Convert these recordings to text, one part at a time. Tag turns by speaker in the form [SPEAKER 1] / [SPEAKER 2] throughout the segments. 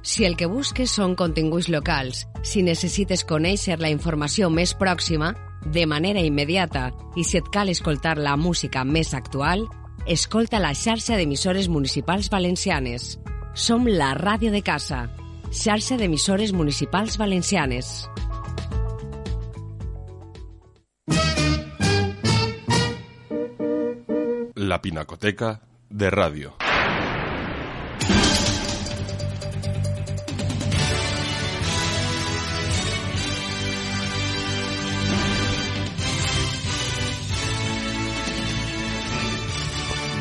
[SPEAKER 1] Si el que busques són continguts locals, si necessites conèixer la informació més pròxima, de manera immediata, i si et cal escoltar la música més actual, escolta la xarxa d'emissores municipals valencianes. Som la ràdio de casa. Xarxa d'emissores municipals valencianes.
[SPEAKER 2] La Pinacoteca de Radio.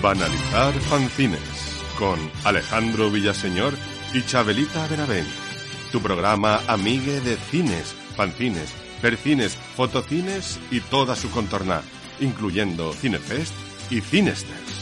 [SPEAKER 2] Banalizar fanzines con Alejandro Villaseñor y Chabelita Benavent. Tu programa amigue de cines, fanzines, percines, fotocines y toda su contorna, incluyendo Cinefest y Cinesters.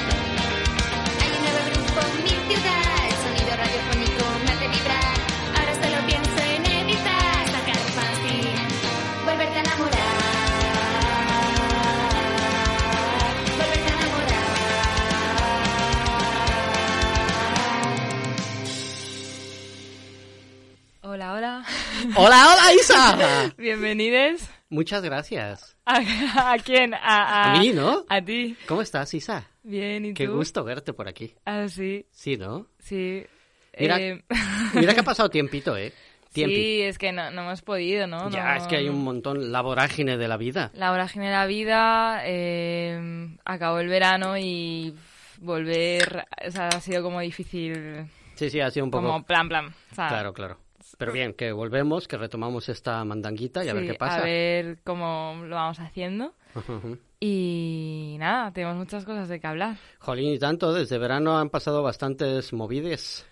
[SPEAKER 3] Hay un nuevo grupo en mi ciudad, el sonido radiofónico me hace vibrar. Ahora solo pienso en evitar sacar un fanzine, volverte a enamorar. Volverte a enamorar.
[SPEAKER 4] Hola, hola.
[SPEAKER 5] ¡Hola, hola, Isa!
[SPEAKER 4] Bienvenides.
[SPEAKER 5] Muchas gracias.
[SPEAKER 4] ¿A, a quién? A,
[SPEAKER 5] A mí, ¿no?
[SPEAKER 4] A ti.
[SPEAKER 5] ¿Cómo estás, Isa?
[SPEAKER 4] Bien, ¿y
[SPEAKER 5] Qué
[SPEAKER 4] tú?
[SPEAKER 5] gusto verte por aquí.
[SPEAKER 4] Ah, sí,
[SPEAKER 5] Sí, ¿no?
[SPEAKER 4] sí.
[SPEAKER 5] Mira-
[SPEAKER 4] Eh,
[SPEAKER 5] Mira que ha pasado tiempito, ¿eh? Tiempo.
[SPEAKER 4] sí, es que no, no hemos podido, ¿no?
[SPEAKER 5] ya,
[SPEAKER 4] No-
[SPEAKER 5] es que hay un montón, la vorágine de la vida.
[SPEAKER 4] La vorágine de la vida, eh, acabó el verano y volver, o sea, ha sido como difícil,
[SPEAKER 5] Sí, sí, ha sido un poco...
[SPEAKER 4] como plan, plan. O sea,
[SPEAKER 5] Claro, claro. Pero bien, que volvemos, que retomamos esta mandanguita y a ver
[SPEAKER 4] sí,
[SPEAKER 5] qué pasa.
[SPEAKER 4] A ver cómo lo vamos haciendo. Y nada, tenemos muchas cosas de que hablar.
[SPEAKER 5] Jolín, y tanto, desde verano han pasado bastantes movides.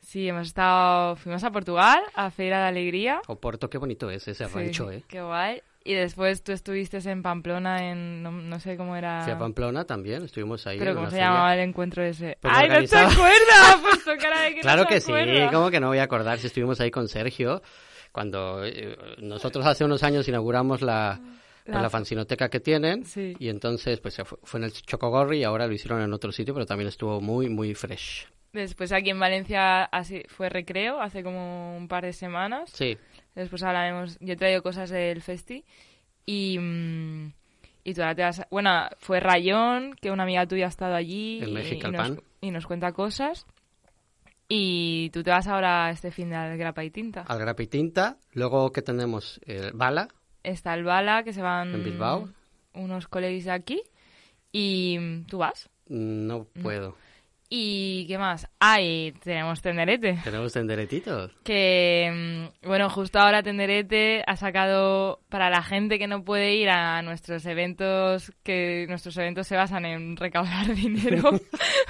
[SPEAKER 4] Sí, hemos estado, fuimos a Portugal a Feira de Alegría.
[SPEAKER 5] Oporto, qué bonito es ese rancho,
[SPEAKER 4] Sí,
[SPEAKER 5] ¿eh?
[SPEAKER 4] Qué guay. Y después tú estuviste en Pamplona en, no, no sé cómo era.
[SPEAKER 5] Sí, a Pamplona también, estuvimos ahí.
[SPEAKER 4] Pero
[SPEAKER 5] en
[SPEAKER 4] cómo
[SPEAKER 5] una
[SPEAKER 4] se
[SPEAKER 5] feria.
[SPEAKER 4] llamaba el encuentro ese.
[SPEAKER 5] Pues lo
[SPEAKER 4] ¡Ay, no te
[SPEAKER 5] organizaba-
[SPEAKER 4] acuerdas! Pues tu cara de que no
[SPEAKER 5] Claro
[SPEAKER 4] se
[SPEAKER 5] que sí,
[SPEAKER 4] acuerda.
[SPEAKER 5] ¿cómo que no voy a acordar si estuvimos ahí con Sergio? Cuando eh, nosotros hace unos años inauguramos la, pues,
[SPEAKER 4] La-
[SPEAKER 5] la fanzinoteca que tienen
[SPEAKER 4] Sí.
[SPEAKER 5] y entonces pues se fue, fue en el Chocogorri y ahora lo hicieron en otro sitio, pero también estuvo muy, muy fresh.
[SPEAKER 4] Después aquí en Valencia así fue recreo hace como un par de semanas.
[SPEAKER 5] Sí,
[SPEAKER 4] Después hablaremos. Yo he traído cosas del festi. Y. mm, y tú ahora te vas. a- Bueno, fue Rayón, que una amiga tuya ha estado allí.
[SPEAKER 5] El
[SPEAKER 4] y,
[SPEAKER 5] Mexican
[SPEAKER 4] y nos,
[SPEAKER 5] Pan.
[SPEAKER 4] y nos cuenta cosas. Y tú te vas ahora este fin de al grapa y tinta.
[SPEAKER 5] al Grapitinta, luego que tenemos el Bala,
[SPEAKER 4] está el Bala, que se van
[SPEAKER 5] ¿En Bilbao?
[SPEAKER 4] unos colegas de aquí. Y mm, tú vas.
[SPEAKER 5] no
[SPEAKER 4] Mm.
[SPEAKER 5] puedo.
[SPEAKER 4] ¿Y qué más? Ah, y tenemos Tenderete.
[SPEAKER 5] Tenemos tenderetitos.
[SPEAKER 4] Que, mm, bueno, justo ahora Tenderete ha sacado para la gente que no puede ir a nuestros eventos, que nuestros eventos se basan en recaudar dinero,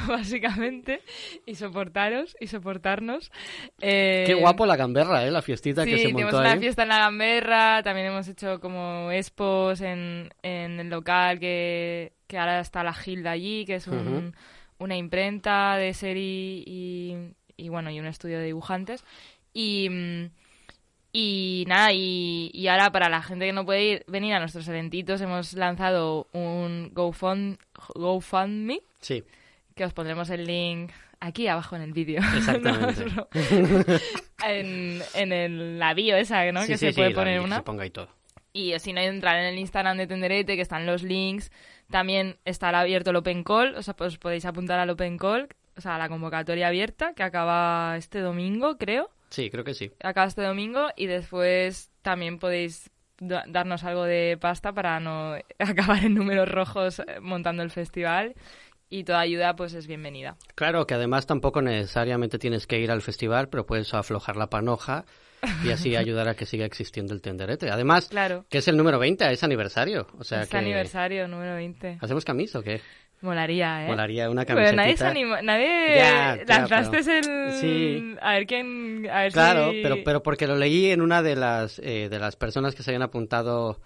[SPEAKER 4] básicamente, y soportaros y soportarnos. Eh,
[SPEAKER 5] Qué guapo la gamberra, ¿eh? La fiestita
[SPEAKER 4] Sí,
[SPEAKER 5] que se
[SPEAKER 4] tuvimos
[SPEAKER 5] montó
[SPEAKER 4] una
[SPEAKER 5] ahí.
[SPEAKER 4] fiesta en la Gamberra, también hemos hecho como expos en, en el local que, que ahora está la Gilda allí, que es un-
[SPEAKER 5] Ujú.
[SPEAKER 4] una imprenta de serie y, y, bueno, y un estudio de dibujantes. Y, mm, y nada, y, y ahora para la gente que no puede ir, venir a nuestros eventitos, hemos lanzado un GoFund, GoFundMe,
[SPEAKER 5] Sí,
[SPEAKER 4] que os pondremos el link aquí abajo en el vídeo.
[SPEAKER 5] Exactamente.
[SPEAKER 4] No, no. en en el, la bio esa, ¿no?
[SPEAKER 5] sí,
[SPEAKER 4] que
[SPEAKER 5] sí,
[SPEAKER 4] se
[SPEAKER 5] sí,
[SPEAKER 4] puede
[SPEAKER 5] la-
[SPEAKER 4] poner
[SPEAKER 5] que
[SPEAKER 4] una.
[SPEAKER 5] se ponga y todo.
[SPEAKER 4] Y eh, si no, entrar en el Instagram de Tenderete, que están los links. También estará abierto el Open Call, o sea, pues os podéis apuntar al Open Call. o sea, la convocatoria abierta que acaba este domingo, creo.
[SPEAKER 5] Sí, creo que sí.
[SPEAKER 4] Acaba este domingo y después también podéis da- darnos algo de pasta para no acabar en números rojos eh, montando el festival y toda ayuda pues es bienvenida.
[SPEAKER 5] Claro que además tampoco necesariamente tienes que ir al festival, pero puedes aflojar la panoja y así ayudar a que siga existiendo el tenderete. Además,
[SPEAKER 4] Claro.
[SPEAKER 5] que es el número 20, es aniversario. O sea
[SPEAKER 4] este
[SPEAKER 5] que...
[SPEAKER 4] aniversario número 20.
[SPEAKER 5] ¿Hacemos camisa o qué?
[SPEAKER 4] Molaría, ¿eh?
[SPEAKER 5] Molaría una
[SPEAKER 4] Pero nadie se
[SPEAKER 5] camisetita.
[SPEAKER 4] animó- nadie
[SPEAKER 5] Ya, ya,
[SPEAKER 4] lanzaste
[SPEAKER 5] pero-
[SPEAKER 4] el
[SPEAKER 5] Sí.
[SPEAKER 4] a ver quién a ver
[SPEAKER 5] Claro,
[SPEAKER 4] si-
[SPEAKER 5] pero, pero porque lo leí en una de las, eh, de las personas que se habían apuntado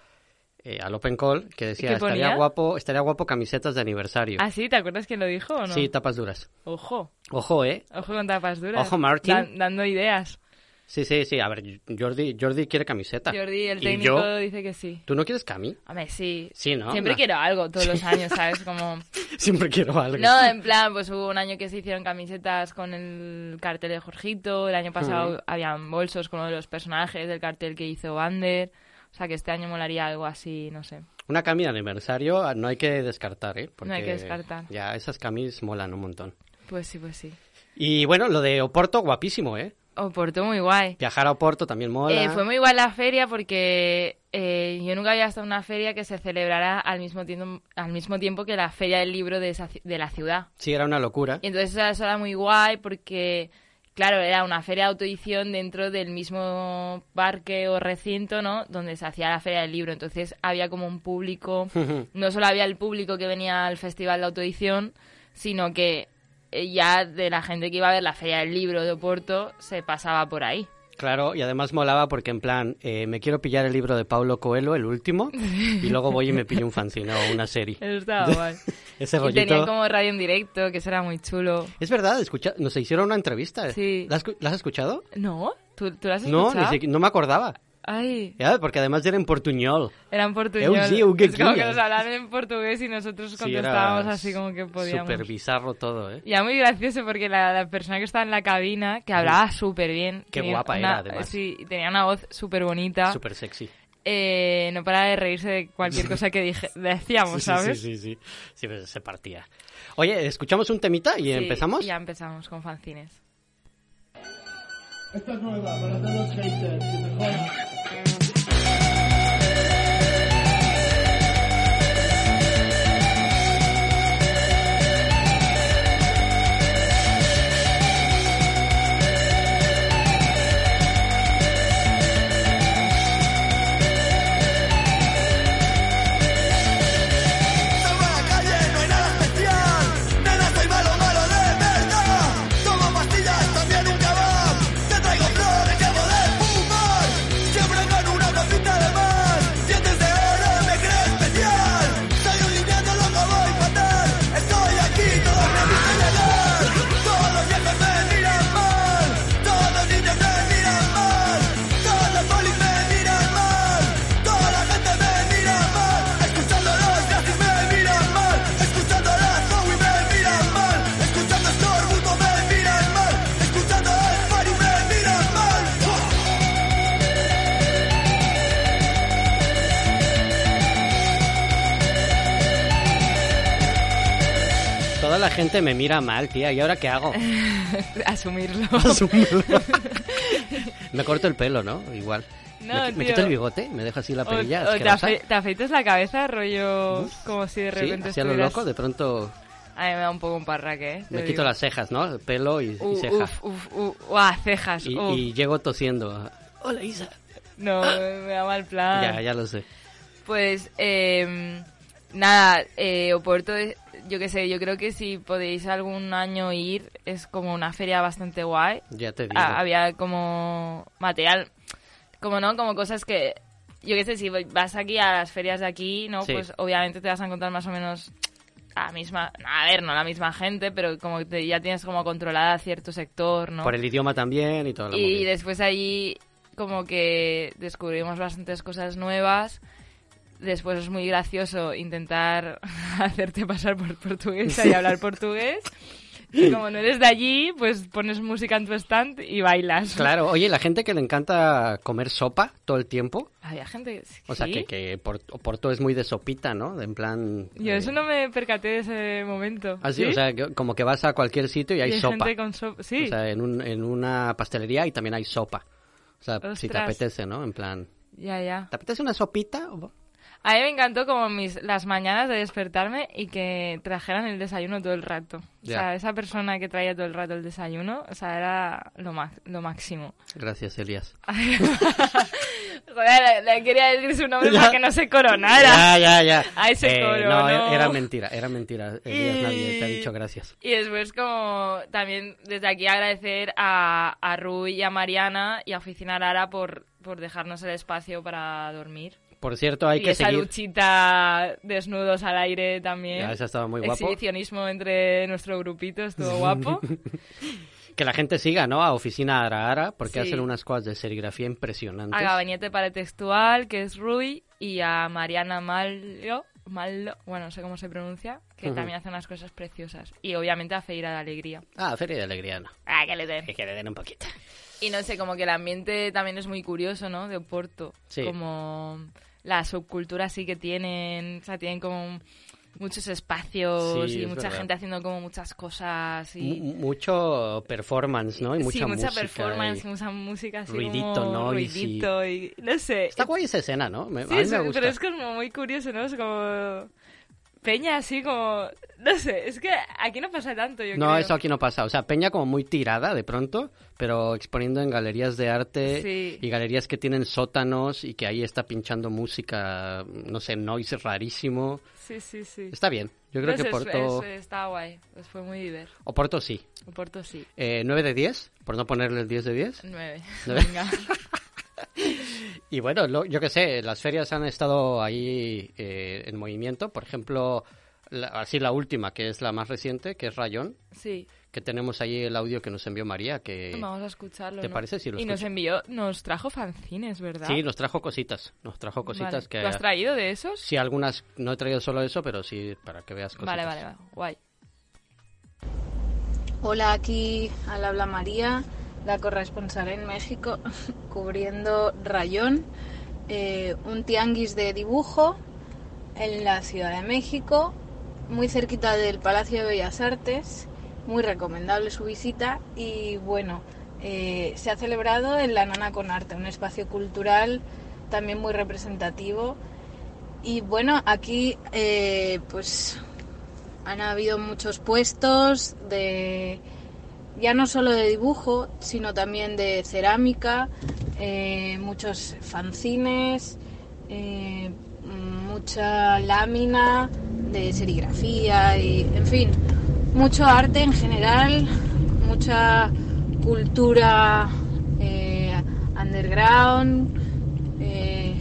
[SPEAKER 5] eh, al Open Call, que decía,
[SPEAKER 4] ¿Qué
[SPEAKER 5] estaría
[SPEAKER 4] ponía?
[SPEAKER 5] guapo, estaría guapo camisetas de aniversario.
[SPEAKER 4] Ah, sí, ¿te acuerdas quién lo dijo o no?
[SPEAKER 5] Sí, tapas duras.
[SPEAKER 4] Ojo,
[SPEAKER 5] Ojo, ¿eh?
[SPEAKER 4] ojo con tapas duras.
[SPEAKER 5] Ojo, Martin.
[SPEAKER 4] Dan- dando ideas.
[SPEAKER 5] Sí, sí, sí. A ver, Jordi, Jordi quiere camiseta.
[SPEAKER 4] Jordi, el
[SPEAKER 5] ¿Y
[SPEAKER 4] técnico,
[SPEAKER 5] yo?
[SPEAKER 4] dice que sí.
[SPEAKER 5] ¿Tú no quieres cami?
[SPEAKER 4] Hombre, sí.
[SPEAKER 5] Sí, ¿no?
[SPEAKER 4] Siempre
[SPEAKER 5] No.
[SPEAKER 4] quiero algo todos los años, ¿sabes? Como...
[SPEAKER 5] Siempre quiero algo.
[SPEAKER 4] No, en plan, pues hubo un año que se hicieron camisetas con el cartel de Jorgito, el año pasado habían bolsos con uno de los personajes del cartel que hizo Bander. O sea, que este año molaría algo así, no sé.
[SPEAKER 5] Una cami de aniversario ah, no hay que descartar, ¿eh?
[SPEAKER 4] No hay que
[SPEAKER 5] Porque
[SPEAKER 4] descartar.
[SPEAKER 5] Ya, esas camis molan un montón.
[SPEAKER 4] Pues sí, pues sí.
[SPEAKER 5] Y bueno, lo de Oporto, guapísimo, ¿eh?
[SPEAKER 4] Oporto, Oh, muy guay.
[SPEAKER 5] Viajar a Oporto también mola.
[SPEAKER 4] Eh, fue muy guay la feria porque eh, yo nunca había estado en una feria que se celebrara al mismo tiempo, al mismo tiempo que la feria del libro de, esa ci- de la ciudad.
[SPEAKER 5] Sí, era una locura.
[SPEAKER 4] Y entonces eso era muy guay porque, claro, era una feria de autoedición dentro del mismo parque o recinto, ¿no? Donde se hacía la feria del libro. Entonces había como un público, no solo había el público que venía al festival de autoedición, sino que eh, ya de la gente que iba a ver la feria del libro de Oporto se pasaba por ahí.
[SPEAKER 5] Claro, y además molaba porque en plan, eh, me quiero pillar el libro de Paulo Coelho, el último, y luego voy y me pillo un fanzine o una serie.
[SPEAKER 4] Eso estaba guay.
[SPEAKER 5] Ese
[SPEAKER 4] Y tenía
[SPEAKER 5] rollito...
[SPEAKER 4] como radio en directo, que eso era muy chulo.
[SPEAKER 5] Es verdad, escucha... nos hicieron una entrevista. eh.
[SPEAKER 4] Sí.
[SPEAKER 5] ¿La has, escu- la has escuchado?
[SPEAKER 4] ¿No? ¿Tú, tú lo has
[SPEAKER 5] No, ni
[SPEAKER 4] escuchado?
[SPEAKER 5] siquiera- no me acordaba.
[SPEAKER 4] Ay,
[SPEAKER 5] Ya, porque además era en portuñol.
[SPEAKER 4] eran
[SPEAKER 5] Eu
[SPEAKER 4] portugueses.
[SPEAKER 5] Eh, sí, eu que
[SPEAKER 4] es como que
[SPEAKER 5] quería.
[SPEAKER 4] nos hablaban en portugués y nosotros
[SPEAKER 5] Sí, era
[SPEAKER 4] contestábamos así como que podíamos.
[SPEAKER 5] Súper bizarro todo, ¿eh?
[SPEAKER 4] Ya muy gracioso porque la, la persona que estaba en la cabina, que hablaba súper bien.
[SPEAKER 5] Qué
[SPEAKER 4] tenía una-
[SPEAKER 5] guapa era, además.
[SPEAKER 4] Sí, y tenía una voz súper bonita.
[SPEAKER 5] Súper sexy.
[SPEAKER 4] Eh, no paraba de reírse de cualquier cosa que dije, decíamos,
[SPEAKER 5] Sí, sí,
[SPEAKER 4] ¿sabes?
[SPEAKER 5] Sí, sí, sí. Sí, pues, se partía. Oye, escuchamos un temita y
[SPEAKER 4] Sí,
[SPEAKER 5] empezamos.
[SPEAKER 4] Ya empezamos con fanzines.
[SPEAKER 6] Esta es nueva, para todos los haters, que se jodan.
[SPEAKER 7] Salgo a la calle, no hay nada especial. Nena, soy malo, malo de verdad. Tomo pastillas, también un kebab. Te traigo flores que podés fumar. Siempre con una cosita de más. Sientes de oro, me creo especial. Soy un lineado, loco, voy fatal. Estoy aquí, todos me dicen llegar. Todos los viejos me miran mal. Todos los niños me miran mal. Todos los polis me miran mal. Toda la gente me mira mal. Escuchando los gratis me miran mal. Escuchando las Bowie me miran mal. Escuchando Stormwood me miran mal. Escuchando el Fari me miran mal.
[SPEAKER 5] Toda la gente me mira mal, tía. ¿Y ahora qué hago?
[SPEAKER 4] Asumirlo.
[SPEAKER 5] me corto el pelo, ¿no? Igual.
[SPEAKER 4] No,
[SPEAKER 5] me, qui- me
[SPEAKER 4] tío.
[SPEAKER 5] quito el bigote, me dejo así la
[SPEAKER 4] O-
[SPEAKER 5] perilla.
[SPEAKER 4] o te,
[SPEAKER 5] asquerosa.
[SPEAKER 4] afe- te afeitas la cabeza, rollo, como si de
[SPEAKER 5] Sí,
[SPEAKER 4] repente
[SPEAKER 5] así a lo
[SPEAKER 4] estuvieras-
[SPEAKER 5] loco, de pronto
[SPEAKER 4] A mí me da un poco un parraque, ¿eh? te
[SPEAKER 5] me
[SPEAKER 4] digo.
[SPEAKER 5] quito las cejas, ¿no? El Pelo y, y
[SPEAKER 4] Uh,
[SPEAKER 5] ceja.
[SPEAKER 4] Uf, uf, uf, uah, cejas,
[SPEAKER 5] y,
[SPEAKER 4] uf.
[SPEAKER 5] y llego tosiendo. Hola, Isa.
[SPEAKER 4] No, me da mal plan.
[SPEAKER 5] Ya, ya lo sé.
[SPEAKER 4] Pues, eh, nada, eh, Oporto, es- yo qué sé, yo creo que si podéis algún año ir, es como una feria bastante guay.
[SPEAKER 5] Ya te digo.
[SPEAKER 4] Ah, había como material, como no, como cosas que, yo qué sé, si vas aquí a las ferias de aquí, ¿no?
[SPEAKER 5] Sí.
[SPEAKER 4] Pues obviamente te vas a encontrar más o menos a la misma, a ver, no la misma gente, pero como que te- ya tienes como controlada cierto sector, ¿no?
[SPEAKER 5] Por el idioma también y todo lo
[SPEAKER 4] Y después allí como que descubrimos bastantes cosas nuevas. Después es muy gracioso intentar hacerte pasar por portuguesa y hablar portugués.
[SPEAKER 8] Y como no eres de allí, pues pones música en tu stand y bailas.
[SPEAKER 5] Claro, oye, la gente que le encanta comer sopa todo el tiempo,
[SPEAKER 8] Había gente que... ¿sí?
[SPEAKER 5] o sea, que, que Por- Porto es muy de sopita, ¿no? De en plan...
[SPEAKER 8] Yo
[SPEAKER 5] eh,
[SPEAKER 8] eso no me percaté de ese momento.
[SPEAKER 5] Así, o sea, que- como que vas a cualquier sitio y hay,
[SPEAKER 8] Y hay
[SPEAKER 5] sopa.
[SPEAKER 8] gente con sopa. Sí,
[SPEAKER 5] O sea, en, un- en una pastelería y también hay sopa. O sea, si te
[SPEAKER 8] Ostras.
[SPEAKER 5] apetece, ¿no? En plan,
[SPEAKER 8] ya, ya.
[SPEAKER 5] ¿te apetece una sopita? Oh,
[SPEAKER 8] A mí me encantó como mis, las mañanas de despertarme y que trajeran el desayuno todo el rato.
[SPEAKER 5] Ya.
[SPEAKER 8] O sea, esa persona que traía todo el rato el desayuno, o sea, era lo, ma- lo máximo.
[SPEAKER 5] Gracias, Elías.
[SPEAKER 8] Joder, le, le quería decir su nombre
[SPEAKER 5] Ya.
[SPEAKER 8] para que no se coronara.
[SPEAKER 5] Ya, ya, ya. Eh,
[SPEAKER 8] A ese coro,
[SPEAKER 5] no, e-,
[SPEAKER 8] no.
[SPEAKER 5] era mentira, era mentira. Elías,
[SPEAKER 8] Y-
[SPEAKER 5] nadie te ha dicho gracias.
[SPEAKER 8] Y después como también desde aquí agradecer a, a Rui y a Mariana y a Oficina Lara por, por dejarnos el espacio para dormir.
[SPEAKER 5] Por cierto, hay
[SPEAKER 8] y
[SPEAKER 5] que
[SPEAKER 8] esa
[SPEAKER 5] seguir.
[SPEAKER 8] luchita desnudos al aire también.
[SPEAKER 5] Ya, esa estaba muy guapo.
[SPEAKER 8] Exhibicionismo entre nuestro grupito, estuvo guapo.
[SPEAKER 5] Que la gente siga, ¿no? A Oficina Araara, porque
[SPEAKER 8] Sí.
[SPEAKER 5] hacen unas cosas de serigrafía impresionantes.
[SPEAKER 8] A Gabinete para Textual, que es Rui, y a Mariana Malo, Malo bueno, no sé cómo se pronuncia, que
[SPEAKER 5] Ujú.
[SPEAKER 8] también hace unas cosas preciosas. Y obviamente a Feira de Alegría.
[SPEAKER 5] Ah, Feria de Alegría, no.
[SPEAKER 8] Ah, que le den.
[SPEAKER 5] Que le den un poquito.
[SPEAKER 8] Y no sé, como que el ambiente también es muy curioso, ¿no? De Oporto.
[SPEAKER 5] Sí.
[SPEAKER 8] Como la subcultura sí que tienen, o sea, tienen como muchos espacios
[SPEAKER 5] Sí,
[SPEAKER 8] y
[SPEAKER 5] es
[SPEAKER 8] mucha
[SPEAKER 5] verdad.
[SPEAKER 8] gente haciendo como muchas cosas y...
[SPEAKER 5] Mu- Mucho performance, ¿no? Y mucha
[SPEAKER 8] sí, mucha
[SPEAKER 5] música
[SPEAKER 8] performance,
[SPEAKER 5] y-
[SPEAKER 8] mucha música así
[SPEAKER 5] Ruidito,
[SPEAKER 8] como
[SPEAKER 5] noise y-
[SPEAKER 8] ruidito y... no sé.
[SPEAKER 5] Está guay esa escena, ¿no? Me-
[SPEAKER 8] eh, Sí,
[SPEAKER 5] a mí
[SPEAKER 8] es-
[SPEAKER 5] me gusta.
[SPEAKER 8] pero es como muy curioso, ¿no? Es como peña así como no sé, es que aquí no pasa tanto, yo
[SPEAKER 5] No,
[SPEAKER 8] creo.
[SPEAKER 5] eso aquí no pasa. O sea, Peña como muy tirada de pronto, pero exponiendo en galerías de arte
[SPEAKER 8] Sí.
[SPEAKER 5] y galerías que tienen sótanos y que ahí está pinchando música, no sé, noise rarísimo.
[SPEAKER 8] Sí, sí, sí.
[SPEAKER 5] Está bien. Yo creo
[SPEAKER 8] No sé,
[SPEAKER 5] que
[SPEAKER 8] es-
[SPEAKER 5] Porto...
[SPEAKER 8] es- está guay, pues fue muy diver.
[SPEAKER 5] O Porto sí.
[SPEAKER 8] Porto sí.
[SPEAKER 5] Eh, 9 de 10, por no ponerle el 10 de 10.
[SPEAKER 8] Nueve.
[SPEAKER 5] Nueve.
[SPEAKER 8] Venga.
[SPEAKER 5] Y bueno, lo- yo qué sé, las ferias han estado ahí eh, en movimiento. Por ejemplo, la- así la última, que es la más reciente, que es Rayón,
[SPEAKER 8] Sí,
[SPEAKER 5] que tenemos ahí el audio que nos envió María, que...
[SPEAKER 8] vamos a escucharlo.
[SPEAKER 5] ¿te
[SPEAKER 8] ¿no?
[SPEAKER 5] parece si lo
[SPEAKER 8] Y nos
[SPEAKER 5] escucho?
[SPEAKER 8] envió, nos trajo fanzines, ¿verdad?
[SPEAKER 5] Sí, nos trajo cositas, nos trajo cositas
[SPEAKER 8] Vale.
[SPEAKER 5] que...
[SPEAKER 8] ¿Lo has traído de esos?
[SPEAKER 5] Sí, algunas, no he traído solo eso, pero sí para que veas cositas.
[SPEAKER 8] vale, vale, vale, guay.
[SPEAKER 4] Hola, aquí al habla María, la corresponsal en México, cubriendo Rayón, eh, un tianguis de dibujo en la Ciudad de México, muy cerquita del Palacio de Bellas Artes, muy recomendable su visita y bueno, eh, se ha celebrado en la Nana con Arte, un espacio cultural también muy representativo y bueno, aquí eh, pues han habido muchos puestos de ya no solo de dibujo, sino también de cerámica, eh, muchos fanzines, eh, mucha lámina de serigrafía y, en fin, mucho arte en general, mucha cultura eh, underground eh,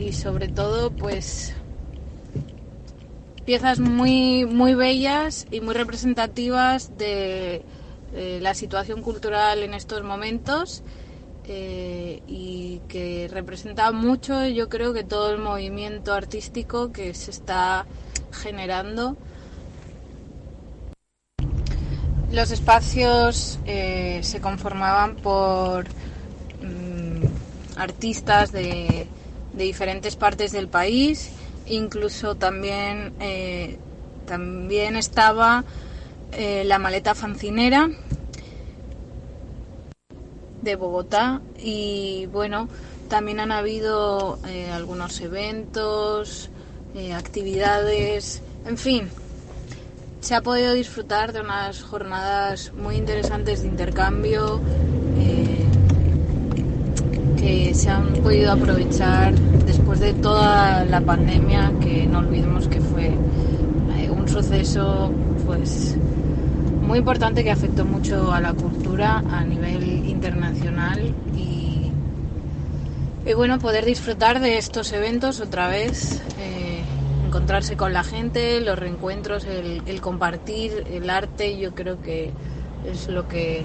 [SPEAKER 4] y sobre todo, pues piezas muy, muy bellas y muy representativas de eh, la situación cultural en estos momentos eh, y que representa mucho, yo creo que todo el movimiento artístico que se está generando. Los espacios eh, se conformaban por mm, artistas de, de diferentes partes del país, incluso también, eh, también estaba eh, la maleta fancinera de Bogotá y bueno, también han habido eh, algunos eventos, eh, actividades, en fin, se ha podido disfrutar de unas jornadas muy interesantes de intercambio. eh, que se han podido aprovechar después de toda la pandemia, que no olvidemos que fue eh, un suceso pues muy importante que afectó mucho a la cultura a nivel internacional y, y bueno, poder disfrutar de estos eventos otra vez, eh, encontrarse con la gente, los reencuentros, el, el compartir el arte, yo creo que es lo que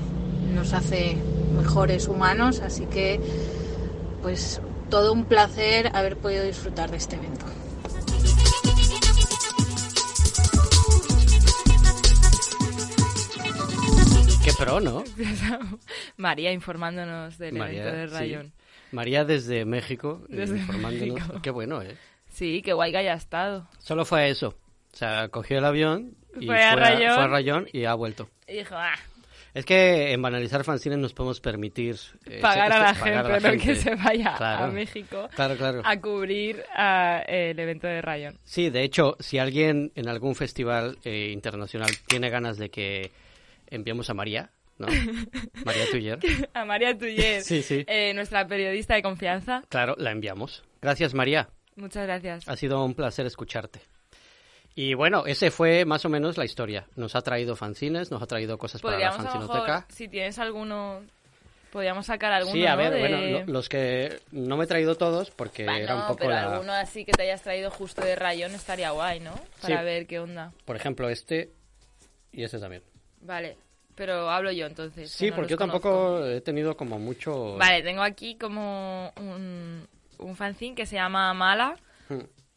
[SPEAKER 4] nos hace mejores humanos, así que pues todo un placer haber podido disfrutar de este evento.
[SPEAKER 5] Qué pro, ¿no?
[SPEAKER 4] María informándonos del evento de
[SPEAKER 5] sí.
[SPEAKER 4] Rayón.
[SPEAKER 5] María desde México, eh,
[SPEAKER 4] Desde
[SPEAKER 5] informándonos.
[SPEAKER 4] México.
[SPEAKER 5] Qué bueno, ¿eh?
[SPEAKER 4] Sí, qué guay que haya estado.
[SPEAKER 5] Solo fue a eso. O sea, cogió el avión y
[SPEAKER 4] Fue a Rayón.
[SPEAKER 5] fue a Rayón y ha vuelto.
[SPEAKER 4] Y dijo, ah,
[SPEAKER 5] Es que en banalizar fanzines nos podemos permitir eh,
[SPEAKER 4] pagar, a
[SPEAKER 5] este-
[SPEAKER 4] la
[SPEAKER 5] pagar
[SPEAKER 4] gente, no que se vaya a
[SPEAKER 5] Claro.
[SPEAKER 4] México
[SPEAKER 5] Claro, claro.
[SPEAKER 4] a cubrir ah, el evento de Rayón.
[SPEAKER 5] Sí, de hecho, si alguien en algún festival eh, internacional tiene ganas de que enviemos a María, ¿no? María Tuyer.
[SPEAKER 4] A María Tuyer,
[SPEAKER 5] Sí, sí.
[SPEAKER 4] eh, nuestra periodista de confianza.
[SPEAKER 5] Claro, la enviamos. Gracias, María.
[SPEAKER 4] Muchas gracias.
[SPEAKER 5] Ha sido un placer escucharte. Y bueno, ese fue más o menos la historia. Nos ha traído fanzines, nos ha traído cosas para la
[SPEAKER 4] Podríamos, a lo mejor,
[SPEAKER 5] fanzinoteca.
[SPEAKER 4] si tienes alguno, podríamos sacar alguno
[SPEAKER 5] Sí, a
[SPEAKER 4] ¿no?
[SPEAKER 5] ver,
[SPEAKER 4] de-
[SPEAKER 5] bueno, lo- los que no me he traído todos porque
[SPEAKER 4] Bah,
[SPEAKER 5] era un
[SPEAKER 4] no,
[SPEAKER 5] poco
[SPEAKER 4] pero
[SPEAKER 5] la...
[SPEAKER 4] alguno así que te hayas traído justo de Rayón estaría guay, ¿no? Para
[SPEAKER 5] Sí.
[SPEAKER 4] ver qué onda.
[SPEAKER 5] Por ejemplo, este y este también.
[SPEAKER 4] Vale, pero hablo yo entonces. que
[SPEAKER 5] Sí,
[SPEAKER 4] Este no
[SPEAKER 5] porque yo
[SPEAKER 4] los
[SPEAKER 5] tampoco
[SPEAKER 4] conozco.
[SPEAKER 5] he tenido como mucho...
[SPEAKER 4] Vale, tengo aquí como un, un fanzine que se llama Mala,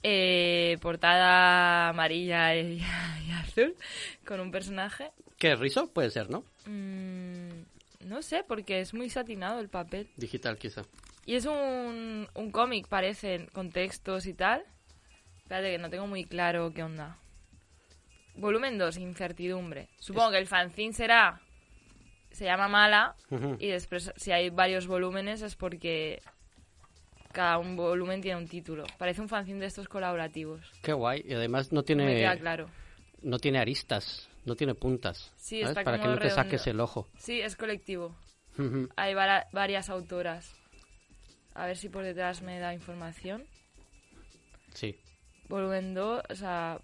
[SPEAKER 4] eh, portada amarilla y, y azul, con un personaje.
[SPEAKER 5] ¿Qué, rizo? Puede ser, ¿no?
[SPEAKER 4] Mm, no sé, porque es muy satinado el papel.
[SPEAKER 5] Digital quizá.
[SPEAKER 4] Y es un, un cómic, parece, con textos y tal. Espérate que no tengo muy claro qué onda. Volumen 2, incertidumbre. Supongo que el fanzine será... Se llama Mala
[SPEAKER 5] Ujú.
[SPEAKER 4] y después si hay varios volúmenes es porque cada un volumen tiene un título. Parece un fanzine de estos colaborativos.
[SPEAKER 5] Qué guay. Y además
[SPEAKER 4] No
[SPEAKER 5] no
[SPEAKER 4] Me queda
[SPEAKER 5] tiene,
[SPEAKER 4] claro.
[SPEAKER 5] no tiene aristas, no tiene puntas.
[SPEAKER 4] Sí,
[SPEAKER 5] ¿sabes?
[SPEAKER 4] está
[SPEAKER 5] Para
[SPEAKER 4] como
[SPEAKER 5] que no te
[SPEAKER 4] redondo.
[SPEAKER 5] saques el ojo.
[SPEAKER 4] Sí, es colectivo.
[SPEAKER 5] Ujú.
[SPEAKER 4] Hay vara- varias autoras. A ver si por detrás me da información.
[SPEAKER 5] sí.
[SPEAKER 4] Volumen 2, o sea...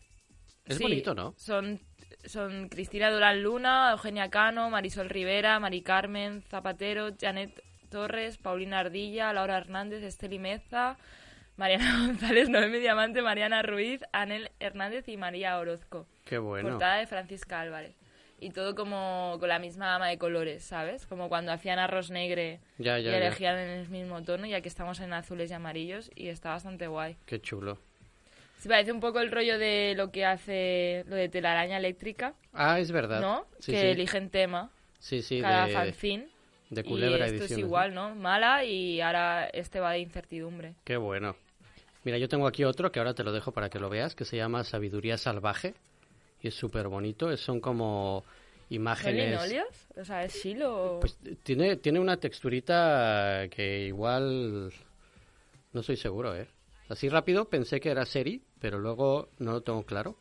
[SPEAKER 5] Es
[SPEAKER 4] sí,
[SPEAKER 5] bonito, ¿no?
[SPEAKER 4] Son, son Cristina Durán Luna, Eugenia Cano, Marisol Rivera, Mari Carmen Zapatero, Janet Torres, Paulina Ardilla, Laura Hernández, Esteli Meza, Mariana González, Noemi Diamante, Mariana Ruiz, Anel Hernández y María Orozco.
[SPEAKER 5] Qué bueno.
[SPEAKER 4] Portada de Francisca Álvarez. Y todo como con la misma gama de colores, ¿sabes? Como cuando hacían arroz negre
[SPEAKER 5] Ya, ya,
[SPEAKER 4] y
[SPEAKER 5] ya.
[SPEAKER 4] elegían en el mismo tono, ya que estamos en azules y amarillos, y está bastante guay.
[SPEAKER 5] Qué chulo.
[SPEAKER 4] Se parece un poco el rollo de lo que hace lo de telaraña eléctrica,
[SPEAKER 5] Ah, es verdad.
[SPEAKER 4] ¿no?
[SPEAKER 5] Sí,
[SPEAKER 4] que
[SPEAKER 5] sí.
[SPEAKER 4] eligen tema
[SPEAKER 5] Sí, sí,
[SPEAKER 4] cada
[SPEAKER 5] de,
[SPEAKER 4] fanzine.
[SPEAKER 5] de
[SPEAKER 4] y esto
[SPEAKER 5] Culebra
[SPEAKER 4] es
[SPEAKER 5] Ediciones, ¿no?
[SPEAKER 4] igual, ¿no? Mala y ahora este va de incertidumbre.
[SPEAKER 5] Qué bueno. Mira, yo tengo aquí otro que ahora te lo dejo para que lo veas, que se llama Sabiduría Salvaje. Y es súper bonito. es- Son como
[SPEAKER 4] ¿Son
[SPEAKER 5] imágenes.
[SPEAKER 4] linoleos? O sea, ¿es hilo? o-
[SPEAKER 5] Pues tiene, tiene una texturita que igual no soy seguro, ¿eh? Así rápido pensé que era seri, pero luego no lo tengo claro.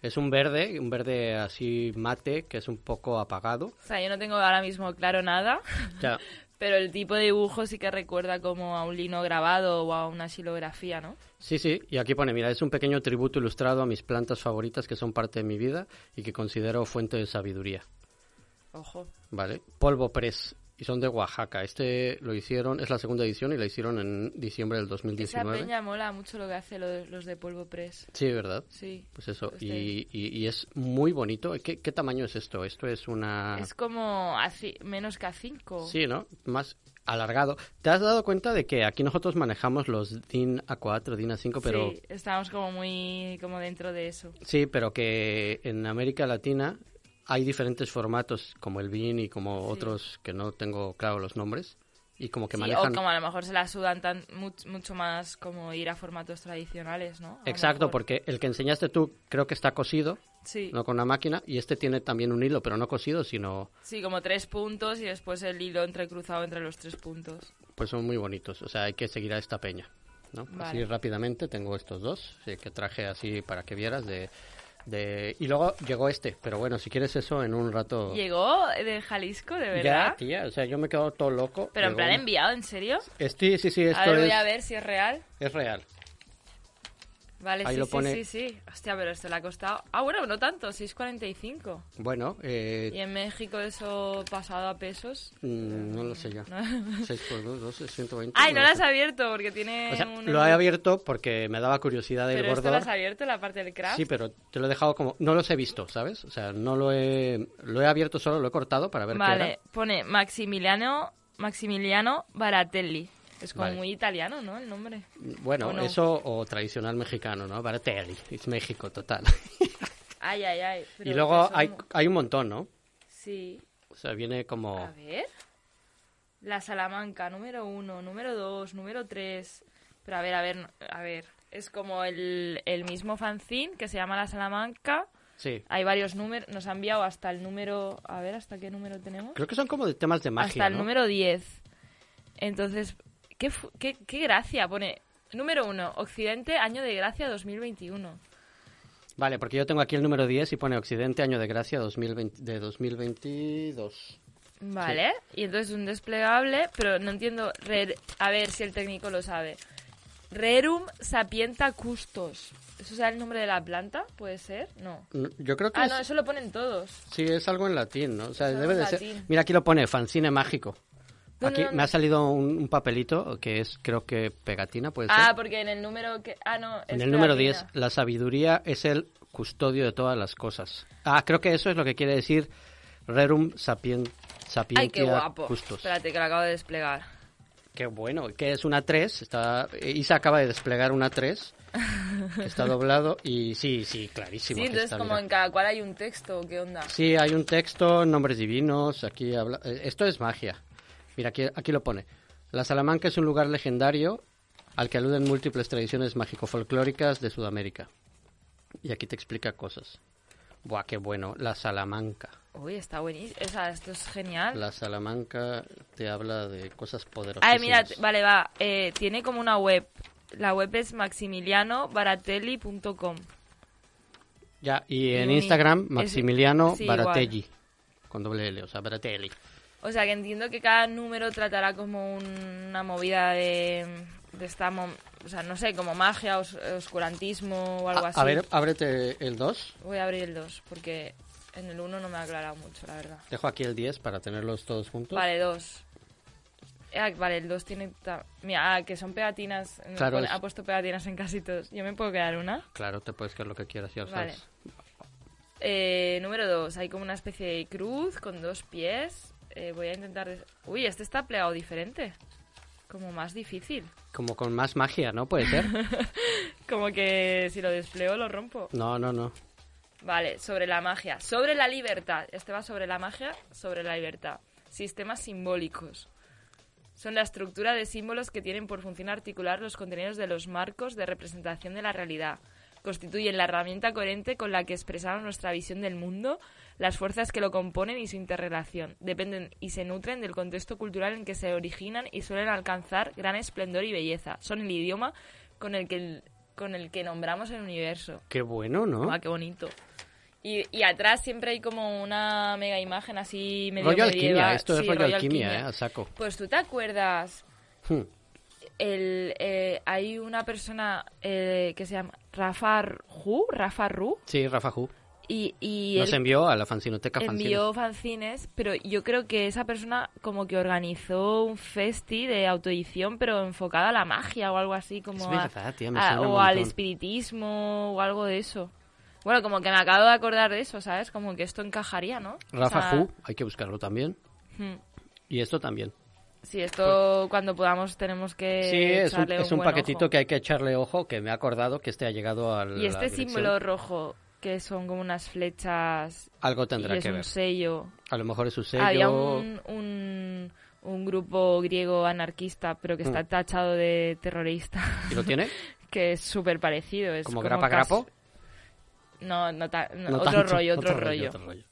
[SPEAKER 5] Es un verde, un verde así mate, que es un poco apagado.
[SPEAKER 4] O sea, yo no tengo ahora mismo claro nada.
[SPEAKER 5] Ya,
[SPEAKER 4] Pero el tipo de dibujo sí que recuerda como a un lino grabado o a una xilografía, ¿no?
[SPEAKER 5] sí, sí, y aquí pone, mira, es un pequeño tributo ilustrado a mis plantas favoritas que son parte de mi vida y que considero fuente de sabiduría.
[SPEAKER 4] Ojo.
[SPEAKER 5] Vale, Polvo Press, y son de Oaxaca. Este lo hicieron, es la segunda edición y la hicieron en diciembre del
[SPEAKER 4] Esa
[SPEAKER 5] 2019.
[SPEAKER 4] peña mola mucho lo que hace lo de- los de Polvo Press.
[SPEAKER 5] Sí, ¿verdad?
[SPEAKER 4] Sí.
[SPEAKER 5] Pues eso,
[SPEAKER 4] Este.
[SPEAKER 5] y, y- y es muy bonito. ¿Qué, qué tamaño es esto? Esto es una...
[SPEAKER 4] Es como a ci- menos que a 5.
[SPEAKER 5] Sí, ¿no? Más alargado. ¿Te has dado cuenta de que aquí nosotros manejamos los DIN A4, DIN A5, pero...
[SPEAKER 4] Sí, estamos como muy como dentro de eso.
[SPEAKER 5] Sí, pero que en América Latina hay diferentes formatos, como el BIN y como otros que no tengo claro los nombres, y como que
[SPEAKER 4] Sí,
[SPEAKER 5] manejan...
[SPEAKER 4] O como a lo mejor se la sudan tan, much- mucho más como ir a formatos tradicionales, ¿no? A lo
[SPEAKER 5] Exacto,
[SPEAKER 4] mejor.
[SPEAKER 5] porque el que enseñaste tú creo que está cosido,
[SPEAKER 4] Sí.
[SPEAKER 5] no con una máquina, y este tiene también un hilo, pero no cosido, sino...
[SPEAKER 4] sí, como tres puntos y después el hilo entrecruzado entre los tres puntos.
[SPEAKER 5] Pues son muy bonitos, o sea, hay que seguir a esta peña. ¿no?
[SPEAKER 4] Vale.
[SPEAKER 5] Así rápidamente tengo estos dos sí, que traje así para que vieras. De, de... Y luego llegó este, pero bueno, si quieres eso en un rato.
[SPEAKER 4] Llegó de Jalisco, de
[SPEAKER 5] Oh. ya,
[SPEAKER 4] verdad.
[SPEAKER 5] tía, o sea, yo me he quedado todo loco.
[SPEAKER 4] Pero en
[SPEAKER 5] Llegó
[SPEAKER 4] plan
[SPEAKER 5] un-
[SPEAKER 4] enviado, ¿en serio?
[SPEAKER 5] Este, sí, sí, esto
[SPEAKER 4] a ver,
[SPEAKER 5] es,
[SPEAKER 4] voy a ver si es real.
[SPEAKER 5] es real.
[SPEAKER 4] Vale,
[SPEAKER 5] Ahí
[SPEAKER 4] sí,
[SPEAKER 5] lo
[SPEAKER 4] sí,
[SPEAKER 5] pone.
[SPEAKER 4] sí, sí. Hostia, pero esto le ha costado. Ah, bueno, no tanto, 6.45.
[SPEAKER 5] Bueno, eh,
[SPEAKER 4] Y en México eso pasado a pesos.
[SPEAKER 5] mm, no lo sé ya.
[SPEAKER 4] No.
[SPEAKER 5] 6 por 2, 12, 120.
[SPEAKER 4] Ay, no
[SPEAKER 5] lo
[SPEAKER 4] lo has
[SPEAKER 5] sé.
[SPEAKER 4] abierto porque tiene
[SPEAKER 5] O sea,
[SPEAKER 4] un...
[SPEAKER 5] lo he abierto porque me daba curiosidad el
[SPEAKER 4] Pero esto
[SPEAKER 5] gordo.
[SPEAKER 4] lo has abierto, la parte del craft.
[SPEAKER 5] Sí, pero te lo he dejado como... No los he visto, ¿sabes? O sea, no lo he... Lo he abierto solo, lo he cortado para ver qué era.
[SPEAKER 4] Vale, pone Maximiliano, Maximiliano Baratelli. Es como
[SPEAKER 5] Vale.
[SPEAKER 4] muy italiano, ¿no? El nombre.
[SPEAKER 5] Bueno,
[SPEAKER 4] ¿O no?
[SPEAKER 5] eso o tradicional mexicano, ¿no? Baratelli, es México, total.
[SPEAKER 4] Ay, ay, ay. pero
[SPEAKER 5] y luego
[SPEAKER 4] eso
[SPEAKER 5] hay,
[SPEAKER 4] no-
[SPEAKER 5] hay un montón, ¿no?
[SPEAKER 4] Sí.
[SPEAKER 5] O sea, viene como...
[SPEAKER 4] A ver. La Salamanca, número uno, número dos, número tres. Pero a ver, a ver, no- a ver. Es como el, el mismo fanzine que se llama La Salamanca.
[SPEAKER 5] Sí.
[SPEAKER 4] Hay varios números. Nos ha enviado hasta el número. A ver, ¿hasta qué número tenemos?
[SPEAKER 5] Creo que son como de temas de magia.
[SPEAKER 4] hasta el
[SPEAKER 5] ¿no?
[SPEAKER 4] número 10. Entonces, ¿qué, fu- qué, qué gracia pone. Número uno, Occidente, año de gracia 2021.
[SPEAKER 5] Vale, porque yo tengo aquí el número 10 y pone Occidente, año de gracia 2020, de 2022.
[SPEAKER 4] Vale, y entonces un desplegable, pero no entiendo. re- a ver si el técnico lo sabe. Rerum sapienta custos. ¿Eso será el nombre de la planta? ¿Puede ser? No.
[SPEAKER 5] No, Mm, Yo creo que
[SPEAKER 4] Ah,
[SPEAKER 5] es-
[SPEAKER 4] no, eso lo ponen todos.
[SPEAKER 5] sí es algo en latín, ¿no? O sea,
[SPEAKER 4] Eso
[SPEAKER 5] debe
[SPEAKER 4] es
[SPEAKER 5] de
[SPEAKER 4] latín.
[SPEAKER 5] ser. Mira, aquí lo pone, fanzine mágico.
[SPEAKER 4] No, no,
[SPEAKER 5] Aquí
[SPEAKER 4] no,
[SPEAKER 5] me ha
[SPEAKER 4] no.
[SPEAKER 5] salido un, un papelito que es, creo que pegatina, puede
[SPEAKER 4] Ah,
[SPEAKER 5] ser.
[SPEAKER 4] porque en el número que. Ah, no.
[SPEAKER 5] En
[SPEAKER 4] es
[SPEAKER 5] el número
[SPEAKER 4] pegatina.
[SPEAKER 5] 10, la sabiduría es el custodio de todas las cosas. Ah, creo que eso es lo que quiere decir Rerum sapien, sapientia
[SPEAKER 4] Ay, qué guapo.
[SPEAKER 5] custos.
[SPEAKER 4] Espérate, que lo acabo de desplegar.
[SPEAKER 5] Qué bueno, que es una 3, está Isa acaba de desplegar una 3. Está doblado y sí, sí,
[SPEAKER 4] Sí,
[SPEAKER 5] clarísimo. que
[SPEAKER 4] entonces
[SPEAKER 5] está,
[SPEAKER 4] como
[SPEAKER 5] mira.
[SPEAKER 4] en cada cual hay un texto, ¿qué onda?
[SPEAKER 5] Sí, hay un texto, nombres divinos, aquí habla... eh, Esto es magia. Mira, aquí, aquí lo pone. La Salamanca es un lugar legendario al que aluden múltiples tradiciones mágico-folclóricas de Sudamérica. Y aquí te explica cosas. Buah, qué bueno. La Salamanca.
[SPEAKER 4] Uy, está buenísimo. O sea, esto es genial.
[SPEAKER 5] La Salamanca te habla de cosas poderosas.
[SPEAKER 4] Ah. Ay, mira, t- vale, va. Eh, tiene como una web. La web es maximilianobaratelli.com.
[SPEAKER 5] Ya, y en
[SPEAKER 4] Ni-
[SPEAKER 5] Instagram,
[SPEAKER 4] es-
[SPEAKER 5] Maximiliano
[SPEAKER 4] sí, igual.
[SPEAKER 5] Baratelli. Con doble L, o sea, Baratelli.
[SPEAKER 4] O sea, que entiendo que cada número tratará como un- una movida de, de esta... mo- o sea, no sé, como magia, os- oscurantismo o algo
[SPEAKER 5] A,
[SPEAKER 4] así.
[SPEAKER 5] a ver, ábrete el 2.
[SPEAKER 4] Voy a abrir el 2, porque en el 1 no me ha aclarado mucho, la verdad.
[SPEAKER 5] Dejo aquí el 10 para tenerlos todos juntos.
[SPEAKER 4] Vale, 2. vale, el 2 tiene... ta- Mira, ah, que son pegatinas. Nos
[SPEAKER 5] Claro,
[SPEAKER 4] pone-
[SPEAKER 5] es-
[SPEAKER 4] Ha puesto pegatinas en casi todos. ¿Yo me puedo quedar una?
[SPEAKER 5] Claro, te puedes quedar lo que quieras, ya lo
[SPEAKER 4] Vale.
[SPEAKER 5] sabes.
[SPEAKER 4] Eh, número 2. Hay como una especie de cruz con dos pies. Eh, voy a intentar... des- Uy, este está plegado diferente. Como más difícil.
[SPEAKER 5] Como con más magia, ¿no? Puede ser.
[SPEAKER 4] Como que si lo despleo lo rompo.
[SPEAKER 5] No, no, no.
[SPEAKER 4] Vale, sobre la magia. Sobre la libertad. Este va sobre la magia, sobre la libertad. Sistemas simbólicos. Son la estructura de símbolos que tienen por función articular los contenidos de los marcos de representación de la realidad. Constituyen la herramienta coherente con la que expresamos nuestra visión del mundo, las fuerzas que lo componen y su interrelación. Dependen y se nutren del contexto cultural en que se originan y suelen alcanzar gran esplendor y belleza. Son el idioma con el que, con el que nombramos el universo.
[SPEAKER 5] Qué bueno, ¿no?
[SPEAKER 4] Ah, qué bonito. Y, y atrás siempre hay como una mega imagen así medio
[SPEAKER 5] rollo
[SPEAKER 4] medieval.
[SPEAKER 5] alquimia, esto es
[SPEAKER 4] Sí,
[SPEAKER 5] rollo, alquimia, ¿eh?
[SPEAKER 4] alquimia.
[SPEAKER 5] A saco.
[SPEAKER 4] Pues tú te acuerdas,
[SPEAKER 5] Hmm.
[SPEAKER 4] el, eh, hay una persona eh, que se llama Rafa Ru, Rafa Ru,
[SPEAKER 5] Sí, Rafa Ju.
[SPEAKER 4] y, y
[SPEAKER 5] Nos
[SPEAKER 4] él
[SPEAKER 5] envió a la fancinoteca
[SPEAKER 4] envió fanzines, pero yo creo que esa persona como que organizó un festi de autoedición, pero enfocado a la magia o algo así, como
[SPEAKER 5] Es
[SPEAKER 4] a-
[SPEAKER 5] verdad, tía, me
[SPEAKER 4] a-
[SPEAKER 5] suena un
[SPEAKER 4] o al
[SPEAKER 5] montón.
[SPEAKER 4] espiritismo o algo de eso. Bueno, como que me acabo de acordar de eso, ¿sabes? Como que esto encajaría, ¿no? O
[SPEAKER 5] Rafa
[SPEAKER 4] sea,
[SPEAKER 5] Ju, hay que buscarlo también.
[SPEAKER 4] hmm.
[SPEAKER 5] Y esto también.
[SPEAKER 4] Sí, esto
[SPEAKER 5] Pues-
[SPEAKER 4] cuando podamos tenemos que
[SPEAKER 5] sí, es un,
[SPEAKER 4] Eh, echarle
[SPEAKER 5] es un
[SPEAKER 4] buen
[SPEAKER 5] paquetito
[SPEAKER 4] ojo.
[SPEAKER 5] que hay que echarle ojo, que me ha acordado que este ha llegado al.
[SPEAKER 4] Y este símbolo rojo, que son como unas flechas
[SPEAKER 5] Algo
[SPEAKER 4] y
[SPEAKER 5] Ah, tendrá
[SPEAKER 4] es
[SPEAKER 5] que
[SPEAKER 4] un
[SPEAKER 5] ver.
[SPEAKER 4] sello.
[SPEAKER 5] A lo mejor es su sello.
[SPEAKER 4] Había un, un, un grupo griego anarquista, pero que
[SPEAKER 5] Mm.
[SPEAKER 4] está tachado de terrorista,
[SPEAKER 5] ¿Y lo tiene?
[SPEAKER 4] que es súper parecido. Es
[SPEAKER 5] ¿Como
[SPEAKER 4] como
[SPEAKER 5] grapa
[SPEAKER 4] casi-
[SPEAKER 5] grapo?
[SPEAKER 4] No, no, ta- no,
[SPEAKER 5] No
[SPEAKER 4] otro
[SPEAKER 5] tanto,
[SPEAKER 4] rollo, otro, rollo.
[SPEAKER 5] otro rollo.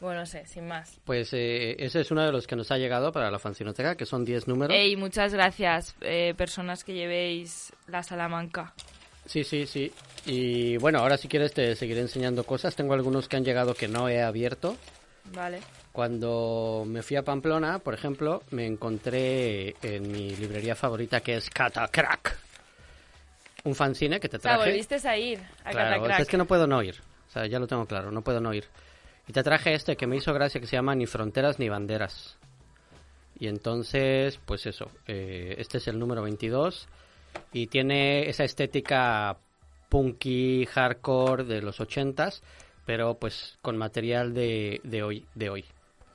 [SPEAKER 4] Bueno, no sé, sin más.
[SPEAKER 5] Pues eh, ese es uno de los que nos ha llegado para la fancinoteca, que son 10 números.
[SPEAKER 4] Ey, muchas gracias, eh, personas que llevéis la Salamanca.
[SPEAKER 5] Sí, sí, sí. Y bueno, ahora si quieres te seguiré enseñando cosas. Tengo algunos que han llegado que no he abierto.
[SPEAKER 4] Vale.
[SPEAKER 5] Cuando me fui a Pamplona, por ejemplo, me encontré en mi librería favorita que es Catacrack. Un fanzine que te
[SPEAKER 4] O sea,
[SPEAKER 5] traje.
[SPEAKER 4] volviste a ir a
[SPEAKER 5] claro, o sea,
[SPEAKER 4] Catacrack.
[SPEAKER 5] es que no puedo no ir. O sea, ya lo tengo claro, no puedo no ir. Y te traje este que me hizo gracia que se llama Ni fronteras ni banderas. Y entonces, pues eso, eh, este es el número 22 y tiene esa estética punky, hardcore de los 80s, pero pues con material de, de hoy, de hoy.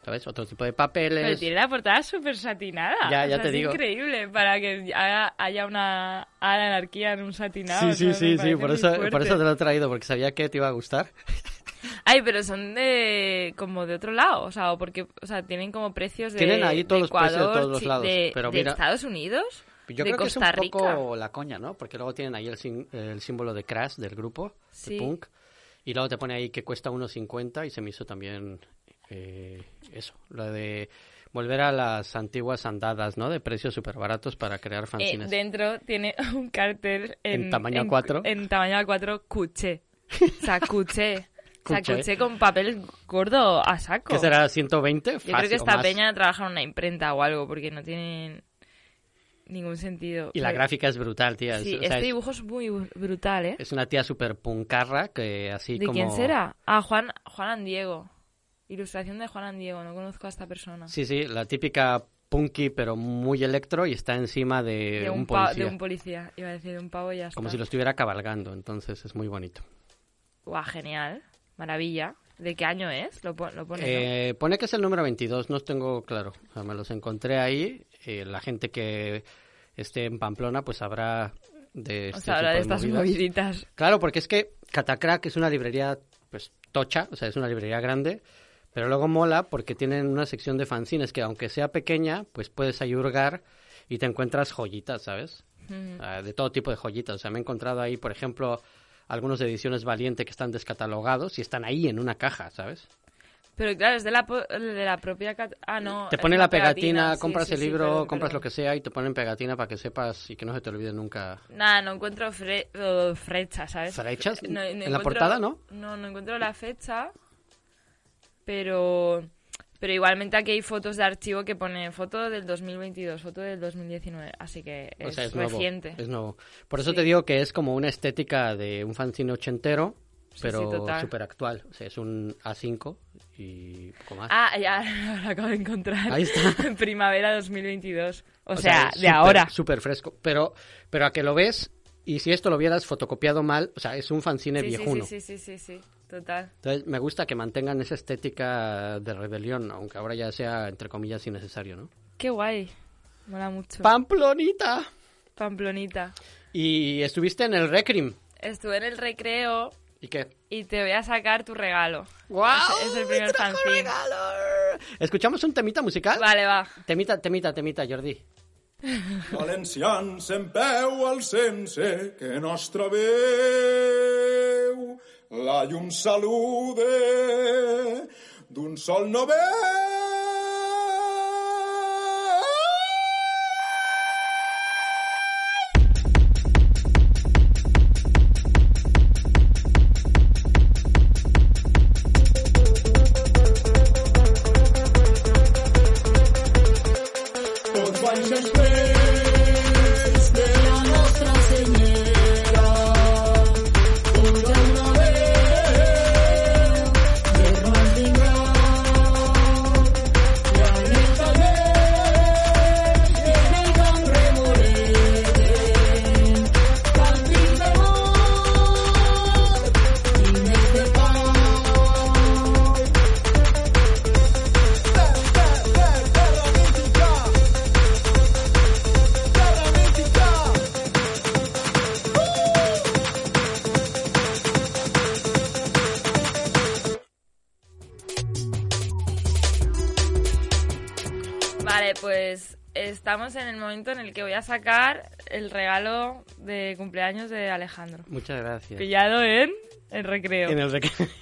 [SPEAKER 5] ¿Sabes? Otro tipo de papeles.
[SPEAKER 4] Pero tiene la portada súper satinada.
[SPEAKER 5] Ya,
[SPEAKER 4] O
[SPEAKER 5] ya
[SPEAKER 4] sea,
[SPEAKER 5] te
[SPEAKER 4] es
[SPEAKER 5] digo.
[SPEAKER 4] increíble para que haya, haya una anarquía en un satinado.
[SPEAKER 5] Sí, sí,
[SPEAKER 4] o sea, me
[SPEAKER 5] sí, sí,
[SPEAKER 4] parece
[SPEAKER 5] por
[SPEAKER 4] muy
[SPEAKER 5] eso, por
[SPEAKER 4] fuerte.
[SPEAKER 5] eso te lo he traído, porque sabía que te iba a gustar.
[SPEAKER 4] A Ay, pero son de como de otro lado, o sea, o porque o sea, tienen como precios de
[SPEAKER 5] Tienen ahí
[SPEAKER 4] de
[SPEAKER 5] todos los precios de
[SPEAKER 4] Ecuador,
[SPEAKER 5] todos los
[SPEAKER 4] chi-
[SPEAKER 5] lados,
[SPEAKER 4] de,
[SPEAKER 5] pero
[SPEAKER 4] de
[SPEAKER 5] mira-
[SPEAKER 4] Estados Unidos,
[SPEAKER 5] Pues Yo
[SPEAKER 4] de
[SPEAKER 5] creo
[SPEAKER 4] Costa
[SPEAKER 5] que es un
[SPEAKER 4] Rica.
[SPEAKER 5] poco la coña, ¿no? Porque luego tienen ahí el, sin- el símbolo de Crash del grupo,
[SPEAKER 4] Sí.
[SPEAKER 5] de punk, y luego te pone ahí que cuesta 1.50 y se me hizo también eh, eso, lo de volver a las antiguas andadas, ¿no? De precios súper baratos para crear
[SPEAKER 4] Eh,
[SPEAKER 5] fanzines.
[SPEAKER 4] dentro tiene un cartel en,
[SPEAKER 5] En tamaño
[SPEAKER 4] en-
[SPEAKER 5] A4.
[SPEAKER 4] En tamaño A4, cuché. O sea, cuché. O sea,
[SPEAKER 5] Cuché.
[SPEAKER 4] cuché con papel gordo a saco.
[SPEAKER 5] ¿Qué será? ¿120?
[SPEAKER 4] Yo creo que
[SPEAKER 5] Fácil, o
[SPEAKER 4] esta
[SPEAKER 5] más.
[SPEAKER 4] peña trabaja en una imprenta o algo, porque no tienen ningún sentido.
[SPEAKER 5] Y la
[SPEAKER 4] Pero-
[SPEAKER 5] gráfica es brutal, tía. es,
[SPEAKER 4] Sí,
[SPEAKER 5] o sea,
[SPEAKER 4] este
[SPEAKER 5] es-
[SPEAKER 4] dibujo es muy bu- brutal, ¿eh?
[SPEAKER 5] es una tía súper puncarra que así
[SPEAKER 4] ¿De
[SPEAKER 5] como...
[SPEAKER 4] quién será? Ah, Juan, Juan Andiego. Ilustración de Juan Andiego, no conozco a esta persona.
[SPEAKER 5] Sí, sí, la típica punky pero muy electro y está encima de,
[SPEAKER 4] de,
[SPEAKER 5] un
[SPEAKER 4] un pa-
[SPEAKER 5] policía.
[SPEAKER 4] de un policía, iba a decir, de un pavo y ya está.
[SPEAKER 5] Como si lo estuviera cabalgando, entonces es muy bonito.
[SPEAKER 4] Guau, genial, maravilla. ¿De qué año es? Lo, po- lo pone, ¿no?
[SPEAKER 5] Eh, pone que es el número 22, no tengo claro. O sea, me los encontré ahí. eh, la gente que esté en Pamplona pues sabrá de,
[SPEAKER 4] O
[SPEAKER 5] este
[SPEAKER 4] sea, habla de
[SPEAKER 5] tipo
[SPEAKER 4] estas
[SPEAKER 5] de movidas.
[SPEAKER 4] moviditas.
[SPEAKER 5] Claro, porque es que Catacrack es una librería pues tocha, o sea, es una librería grande, pero luego mola porque tienen una sección de fanzines que aunque sea pequeña, pues puedes ayurgar y te encuentras joyitas, ¿sabes? Ah, de todo tipo de joyitas, o sea, me he encontrado ahí, por ejemplo, algunos de ediciones Valiente que están descatalogados y están ahí en una caja, ¿sabes?
[SPEAKER 4] Pero claro, es de la, po- de la propia... cat- Ah, no.
[SPEAKER 5] Te
[SPEAKER 4] es
[SPEAKER 5] ponen
[SPEAKER 4] una
[SPEAKER 5] la pegatina,
[SPEAKER 4] sí,
[SPEAKER 5] compras
[SPEAKER 4] sí,
[SPEAKER 5] el
[SPEAKER 4] sí,
[SPEAKER 5] libro,
[SPEAKER 4] perdón,
[SPEAKER 5] compras
[SPEAKER 4] perdón.
[SPEAKER 5] lo que sea y te ponen pegatina para que sepas y que no se te olvide nunca.
[SPEAKER 4] Nada, no encuentro fre o fecha, ¿sabes?
[SPEAKER 5] ¿Frechas?
[SPEAKER 4] No- no
[SPEAKER 5] ¿En la
[SPEAKER 4] encuentro-
[SPEAKER 5] portada, no?
[SPEAKER 4] No, no encuentro la fecha, pero pero igualmente aquí hay fotos de archivo que pone foto del 2022, foto del 2019, así que
[SPEAKER 5] O
[SPEAKER 4] es,
[SPEAKER 5] sea, es nuevo,
[SPEAKER 4] reciente.
[SPEAKER 5] es nuevo. Por eso
[SPEAKER 4] Sí.
[SPEAKER 5] te digo que es como una estética de un fanzine ochentero,
[SPEAKER 4] Sí, sí,
[SPEAKER 5] pero
[SPEAKER 4] total.
[SPEAKER 5] súper actual. O sea, es un A5 y poco más.
[SPEAKER 4] Ah, ya lo acabo de encontrar.
[SPEAKER 5] Ahí está.
[SPEAKER 4] Primavera 2022. O,
[SPEAKER 5] O
[SPEAKER 4] sea,
[SPEAKER 5] es
[SPEAKER 4] de
[SPEAKER 5] súper,
[SPEAKER 4] ahora.
[SPEAKER 5] Súper fresco. Pero, pero a que lo ves, y si esto lo vieras fotocopiado mal, o sea, es un fanzine
[SPEAKER 4] sí, sí,
[SPEAKER 5] viejuno.
[SPEAKER 4] sí, sí, sí, sí, total.
[SPEAKER 5] Entonces, me gusta que mantengan esa estética de rebelión, aunque ahora ya sea, entre comillas, innecesario, ¿no?
[SPEAKER 4] Qué guay. Mola mucho.
[SPEAKER 5] ¡Pamplonita!
[SPEAKER 4] Pamplonita.
[SPEAKER 5] Y estuviste en el Recrim.
[SPEAKER 4] Estuve en el recreo
[SPEAKER 5] ¿Y qué?
[SPEAKER 4] y te voy a sacar tu regalo.
[SPEAKER 5] ¡Guau!
[SPEAKER 4] Es- es el primer
[SPEAKER 5] ¡Me trajo
[SPEAKER 4] fanzine.
[SPEAKER 5] regalo! ¿Escuchamos un temita musical?
[SPEAKER 4] Vale, va.
[SPEAKER 5] Temita, temita, temita, Jordi.
[SPEAKER 9] Valencians en peu al sense que nostra veu la llum salude d'un sol no veu. Tots baixen més de la nostra senyera. Puja una veu de ras vindrà. La nit també de nit amb remoleten. Càntics d'amor i més de pau.
[SPEAKER 4] Vale, pues estamos en el momento en el que voy a sacar el regalo de cumpleaños de Alejandro.
[SPEAKER 5] Muchas gracias.
[SPEAKER 4] Pillado en el recreo.
[SPEAKER 5] En el recreo.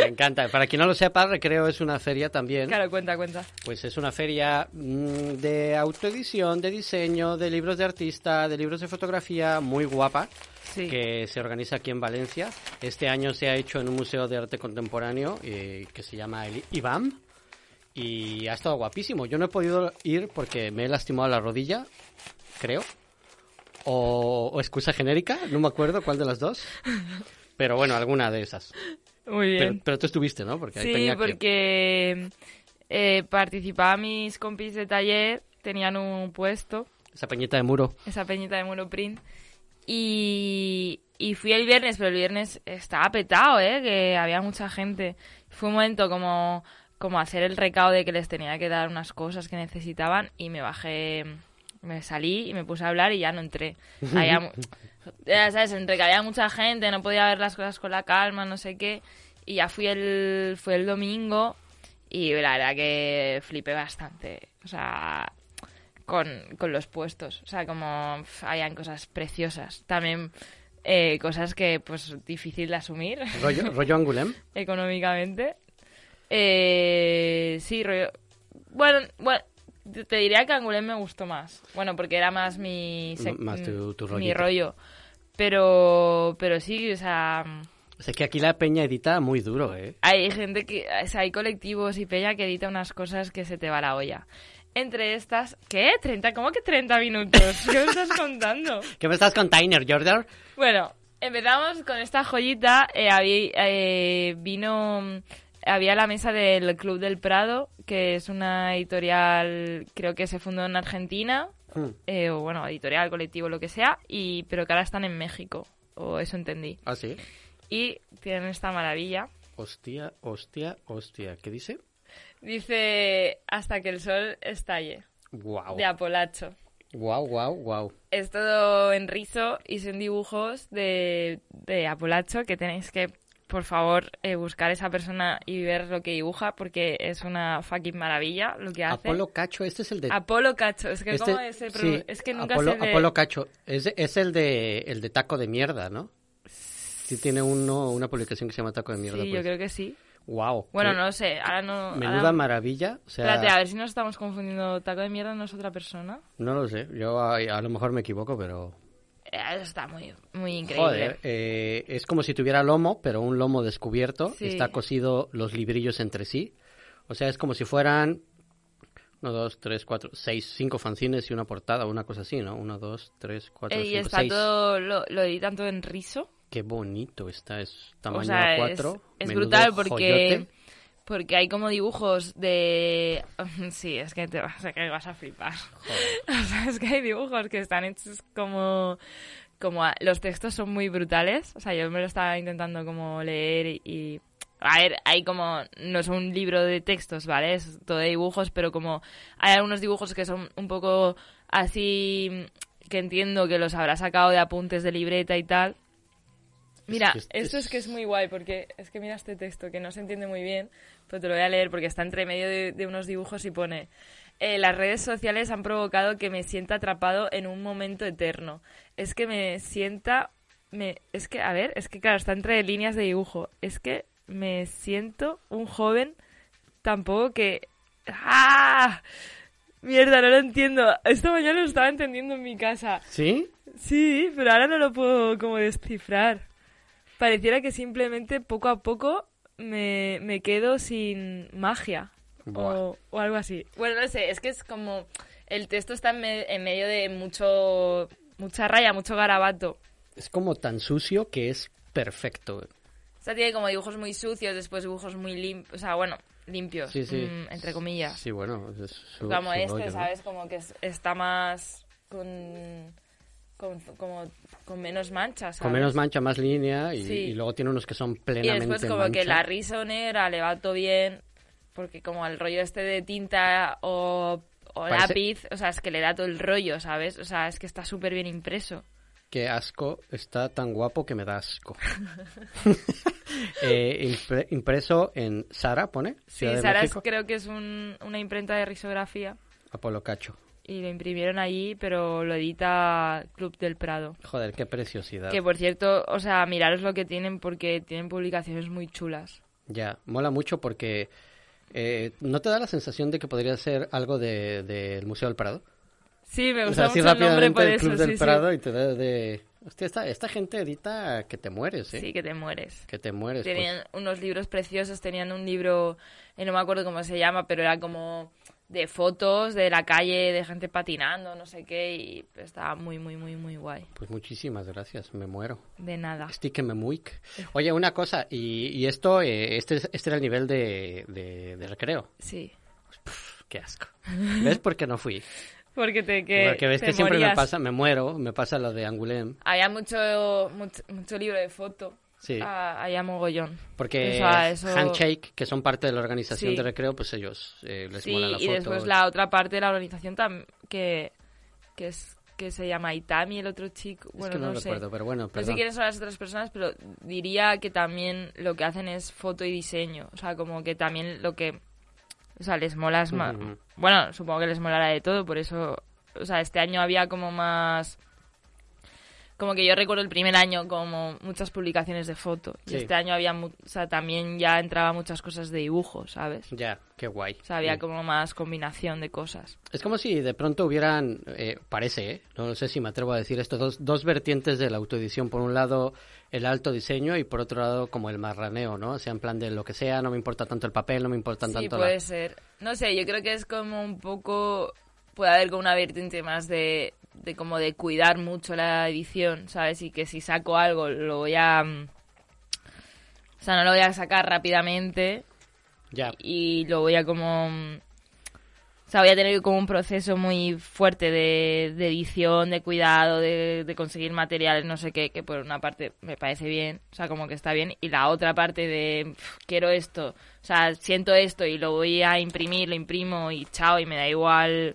[SPEAKER 5] Me encanta. Para quien no lo sepa, Recreo es una feria también.
[SPEAKER 4] Claro, cuenta, cuenta.
[SPEAKER 5] Pues es una feria mm, de autoedición, de diseño, de libros de artista, de libros de fotografía, muy guapa,
[SPEAKER 4] Sí.
[SPEAKER 5] que se organiza aquí en Valencia. Este año se ha hecho en un museo de arte contemporáneo eh, que se llama el IBAM. Y ha estado guapísimo. Yo no he podido ir porque me he lastimado la rodilla, creo. O, o excusa genérica, no me acuerdo cuál de las dos. Pero bueno, alguna de esas.
[SPEAKER 4] Muy
[SPEAKER 5] Pero,
[SPEAKER 4] bien.
[SPEAKER 5] pero tú estuviste, ¿no? Porque ahí
[SPEAKER 4] sí,
[SPEAKER 5] tenía que-
[SPEAKER 4] porque eh, participaba mis compis de taller, tenían un puesto,
[SPEAKER 5] esa peñita de muro.
[SPEAKER 4] esa peñita de Monoprint, y, y fui el viernes, pero el viernes estaba petado, ¿eh? Que había mucha gente. Fue un momento como, como hacer el recado de que les tenía que dar unas cosas que necesitaban y me bajé, me salí y me puse a hablar y ya no entré. Había, mu- ya sabes, entre que había mucha gente, no podía ver las cosas con la calma, no sé qué. Y ya fui el, fue el domingo y la verdad que flipé bastante. O sea, con, con los puestos. O sea, como pf, habían cosas preciosas. También eh, cosas que, pues, difícil de asumir
[SPEAKER 5] Rollo, rollo Angulem.
[SPEAKER 4] económicamente. Eh, sí, rollo. Bueno, bueno, te- te diría que Angoulême me gustó más. Bueno, porque era más mi, sec-
[SPEAKER 5] M- más tu- tu
[SPEAKER 4] mi
[SPEAKER 5] rollito.
[SPEAKER 4] rollo. Pero, pero sí, o sea,
[SPEAKER 5] O sea, es que aquí la peña edita muy duro, ¿eh?
[SPEAKER 4] hay gente que, o sea, hay colectivos y peña que edita unas cosas que se te va la olla. Entre estas, ¿qué? ¿30? ¿Cómo que 30 minutos? ¿Qué me estás contando?
[SPEAKER 5] ¿Qué me estás con Tyner, Jordan?
[SPEAKER 4] Bueno, empezamos con esta joyita. Eh, habí- eh, vino. Había la mesa del Club del Prado, que es una editorial, creo que se fundó en Argentina,
[SPEAKER 5] Hmm.
[SPEAKER 4] eh, o bueno, editorial, colectivo, lo que sea, y pero que ahora están en México, o eso entendí.
[SPEAKER 5] Ah, sí.
[SPEAKER 4] Y tienen esta maravilla.
[SPEAKER 5] Hostia, hostia, hostia. ¿Qué dice?
[SPEAKER 4] Dice, hasta que el sol estalle,
[SPEAKER 5] Guau.
[SPEAKER 4] de Apolacho.
[SPEAKER 5] Guau, guau, guau.
[SPEAKER 4] Es todo en rizo y son dibujos de, de Apolacho que tenéis que, por favor, eh, buscar a esa persona y ver lo que dibuja porque es una fucking maravilla lo que hace.
[SPEAKER 5] Apolo Cacho, este es el de...
[SPEAKER 4] Apolo Cacho. Es que,
[SPEAKER 5] este-
[SPEAKER 4] ¿cómo se
[SPEAKER 5] sí,
[SPEAKER 4] pronun- es que nunca
[SPEAKER 5] Apolo,
[SPEAKER 4] se le-
[SPEAKER 5] Apolo Cacho. Es, es el de el de Taco de Mierda, ¿no? Sí tiene uno, una publicación que se llama Taco de Mierda. pues.
[SPEAKER 4] Sí, yo creo que sí.
[SPEAKER 5] Wow.
[SPEAKER 4] Bueno, no lo sé. Ahora no...
[SPEAKER 5] Menuda
[SPEAKER 4] ahora-
[SPEAKER 5] maravilla. O sea,
[SPEAKER 4] Espérate, a ver si nos estamos confundiendo. Taco de mierda no es otra persona.
[SPEAKER 5] No lo sé. Yo a, a lo mejor me equivoco, pero...
[SPEAKER 4] Eh, eso está muy, muy increíble.
[SPEAKER 5] Joder, eh, es como si tuviera lomo, pero un lomo descubierto.
[SPEAKER 4] Sí.
[SPEAKER 5] Está cosido los librillos entre sí. O sea, es como si fueran... Uno, dos, tres, cuatro, seis, cinco fanzines y una portada, una cosa así, ¿no? Uno, dos, tres, cuatro,
[SPEAKER 4] Eh, y
[SPEAKER 5] cinco,
[SPEAKER 4] está
[SPEAKER 5] seis.
[SPEAKER 4] todo, lo, lo editan todo en rizo.
[SPEAKER 5] Qué bonito está, es
[SPEAKER 4] O
[SPEAKER 5] tamaño
[SPEAKER 4] sea, es-
[SPEAKER 5] A4.
[SPEAKER 4] es,
[SPEAKER 5] menudo
[SPEAKER 4] brutal porque,
[SPEAKER 5] joyote.
[SPEAKER 4] porque hay como dibujos de... Sí, es que te vas a, que vas a flipar. O sea, es que hay dibujos que están hechos como... como a- los textos son muy brutales. O sea, yo me lo estaba intentando como leer y... y- a ver, hay como, no es un libro de textos, ¿vale? Es todo de dibujos, pero como hay algunos dibujos que son un poco así, que entiendo que los habrá sacado de apuntes de libreta y tal, Mira,
[SPEAKER 5] que es-
[SPEAKER 4] esto es que es muy guay porque es que mira este texto que no se entiende muy bien, pero te lo voy a leer porque está entre medio de, de unos dibujos y pone, "Eh, las redes sociales han provocado que me sienta atrapado en un momento eterno. Es que me sienta, me, es que, a ver, es que claro, está entre líneas de dibujo. Es que me siento un joven tampoco que... ¡Ah! Mierda, no lo entiendo. Esta mañana lo estaba entendiendo en mi casa.
[SPEAKER 5] ¿Sí?
[SPEAKER 4] Sí, pero ahora no lo puedo como descifrar. Pareciera que simplemente poco a poco me, me quedo sin magia
[SPEAKER 5] Buah.
[SPEAKER 4] o, o algo así. Bueno, no sé, es que es como el texto está en, me- en medio de mucho mucha raya, mucho garabato.
[SPEAKER 5] Es como tan sucio que es perfecto.
[SPEAKER 4] O sea, tiene como dibujos muy sucios, después dibujos muy limpios, o sea, bueno, limpios,
[SPEAKER 5] Sí, sí.
[SPEAKER 4] mm, entre comillas.
[SPEAKER 5] Sí, bueno, es su,
[SPEAKER 4] como
[SPEAKER 5] su
[SPEAKER 4] este,
[SPEAKER 5] rollo, ¿no?
[SPEAKER 4] ¿sabes? Como que es- está más con, con, como, con menos manchas,
[SPEAKER 5] Con
[SPEAKER 4] ¿sabes?
[SPEAKER 5] menos mancha, más línea y,
[SPEAKER 4] Sí.
[SPEAKER 5] y luego tiene unos que son
[SPEAKER 4] Y
[SPEAKER 5] plenamente
[SPEAKER 4] después como
[SPEAKER 5] mancha.
[SPEAKER 4] que la risa negra le va todo bien, porque como el rollo este de tinta o, o
[SPEAKER 5] Parece-
[SPEAKER 4] lápiz, o sea, es que le da todo el rollo, ¿sabes? O sea, es que está súper bien impreso.
[SPEAKER 5] Qué asco, está tan guapo que me da asco. Eh, impre- impreso en Sara, pone.
[SPEAKER 4] Sí,
[SPEAKER 5] Ciudad de
[SPEAKER 4] Sara es-
[SPEAKER 5] México,
[SPEAKER 4] creo que es un- una imprenta de risografía
[SPEAKER 5] Apolo Cacho.
[SPEAKER 4] y lo imprimieron allí, pero lo edita Club del Prado.
[SPEAKER 5] Joder, qué preciosidad.
[SPEAKER 4] Que por cierto, o sea, miraros lo que tienen porque tienen publicaciones muy chulas.
[SPEAKER 5] Ya, mola mucho porque eh, ¿no te da la sensación de que podría ser algo del de, del Museo del Prado?
[SPEAKER 4] Sí, me
[SPEAKER 5] O
[SPEAKER 4] gusta
[SPEAKER 5] sea, así
[SPEAKER 4] mucho el nombre por
[SPEAKER 5] rápidamente el
[SPEAKER 4] eso.
[SPEAKER 5] Club
[SPEAKER 4] sí,
[SPEAKER 5] del
[SPEAKER 4] sí.
[SPEAKER 5] Prado y te da de... Hostia, esta, esta gente edita que te mueres, ¿eh?
[SPEAKER 4] sí, que te mueres.
[SPEAKER 5] Que te mueres. pues.
[SPEAKER 4] Tenían unos libros preciosos, tenían un libro, eh, no me acuerdo cómo se llama, pero era como de fotos de la calle, de gente patinando, no sé qué, y estaba muy, muy, muy, muy guay.
[SPEAKER 5] pues muchísimas gracias, me muero.
[SPEAKER 4] De nada.
[SPEAKER 5] Stíqueme muy. Oye, una cosa, y, y esto, eh, este, es- este era el nivel de, de, de recreo.
[SPEAKER 4] Sí.
[SPEAKER 5] Pff, qué asco. ¿Ves por qué no fui?
[SPEAKER 4] Porque te que
[SPEAKER 5] Porque ves
[SPEAKER 4] te
[SPEAKER 5] que siempre me
[SPEAKER 4] morías.
[SPEAKER 5] pasa, me muero, me pasa lo de Angulem.
[SPEAKER 4] Había mucho, mucho, mucho libro de foto.
[SPEAKER 5] Sí.
[SPEAKER 4] Ah, había mogollón.
[SPEAKER 5] Porque
[SPEAKER 4] O sea, eso-
[SPEAKER 5] Handshake, que son parte de la organización
[SPEAKER 4] Sí.
[SPEAKER 5] de recreo, pues ellos eh, les
[SPEAKER 4] Sí,
[SPEAKER 5] mola la
[SPEAKER 4] y
[SPEAKER 5] foto.
[SPEAKER 4] después la otra parte de la organización tam- que, que es que se llama Itami, el otro chico. Bueno,
[SPEAKER 5] que no
[SPEAKER 4] no, sé.
[SPEAKER 5] recuerdo, pero bueno,
[SPEAKER 4] No
[SPEAKER 5] perdón.
[SPEAKER 4] sé quiénes son las otras personas, pero diría que también lo que hacen es foto y diseño. O sea, como que también lo que. O sea, les mola es más.
[SPEAKER 5] Ujú.
[SPEAKER 4] Bueno, supongo que les molará de todo, por eso. O sea, este año había como más. Como que yo recuerdo el primer año como muchas publicaciones de foto. Y
[SPEAKER 5] Sí.
[SPEAKER 4] este año había. mu- O sea, también ya entraba muchas cosas de dibujo, ¿sabes?
[SPEAKER 5] Ya, qué guay.
[SPEAKER 4] O sea, había
[SPEAKER 5] Mm.
[SPEAKER 4] como más combinación de cosas.
[SPEAKER 5] Es como si de pronto hubieran, eh, parece, ¿eh? no sé si me atrevo a decir esto, dos, dos vertientes de la autoedición. Por un lado, el alto diseño y por otro lado, como el marraneo, ¿no? O sea, en plan de lo que sea, no me importa tanto el papel, no me importa
[SPEAKER 4] sí, pues,
[SPEAKER 5] tanto la-
[SPEAKER 4] puede ser. No sé, yo creo que es como un poco... Puede haber como una vertiente más de, de como de cuidar mucho la edición, ¿sabes? Y que si saco algo lo voy a... mm, O sea, no lo voy a sacar rápidamente
[SPEAKER 5] Ya,
[SPEAKER 4] y lo voy a como... mm, O sea, voy a tener como un proceso muy fuerte de, de edición, de cuidado, de, de conseguir materiales, no sé qué, que por una parte me parece bien, o sea, como que está bien, y la otra parte de "Pf, quiero esto, o sea, siento esto y lo voy a imprimir, lo imprimo y chao, y me da igual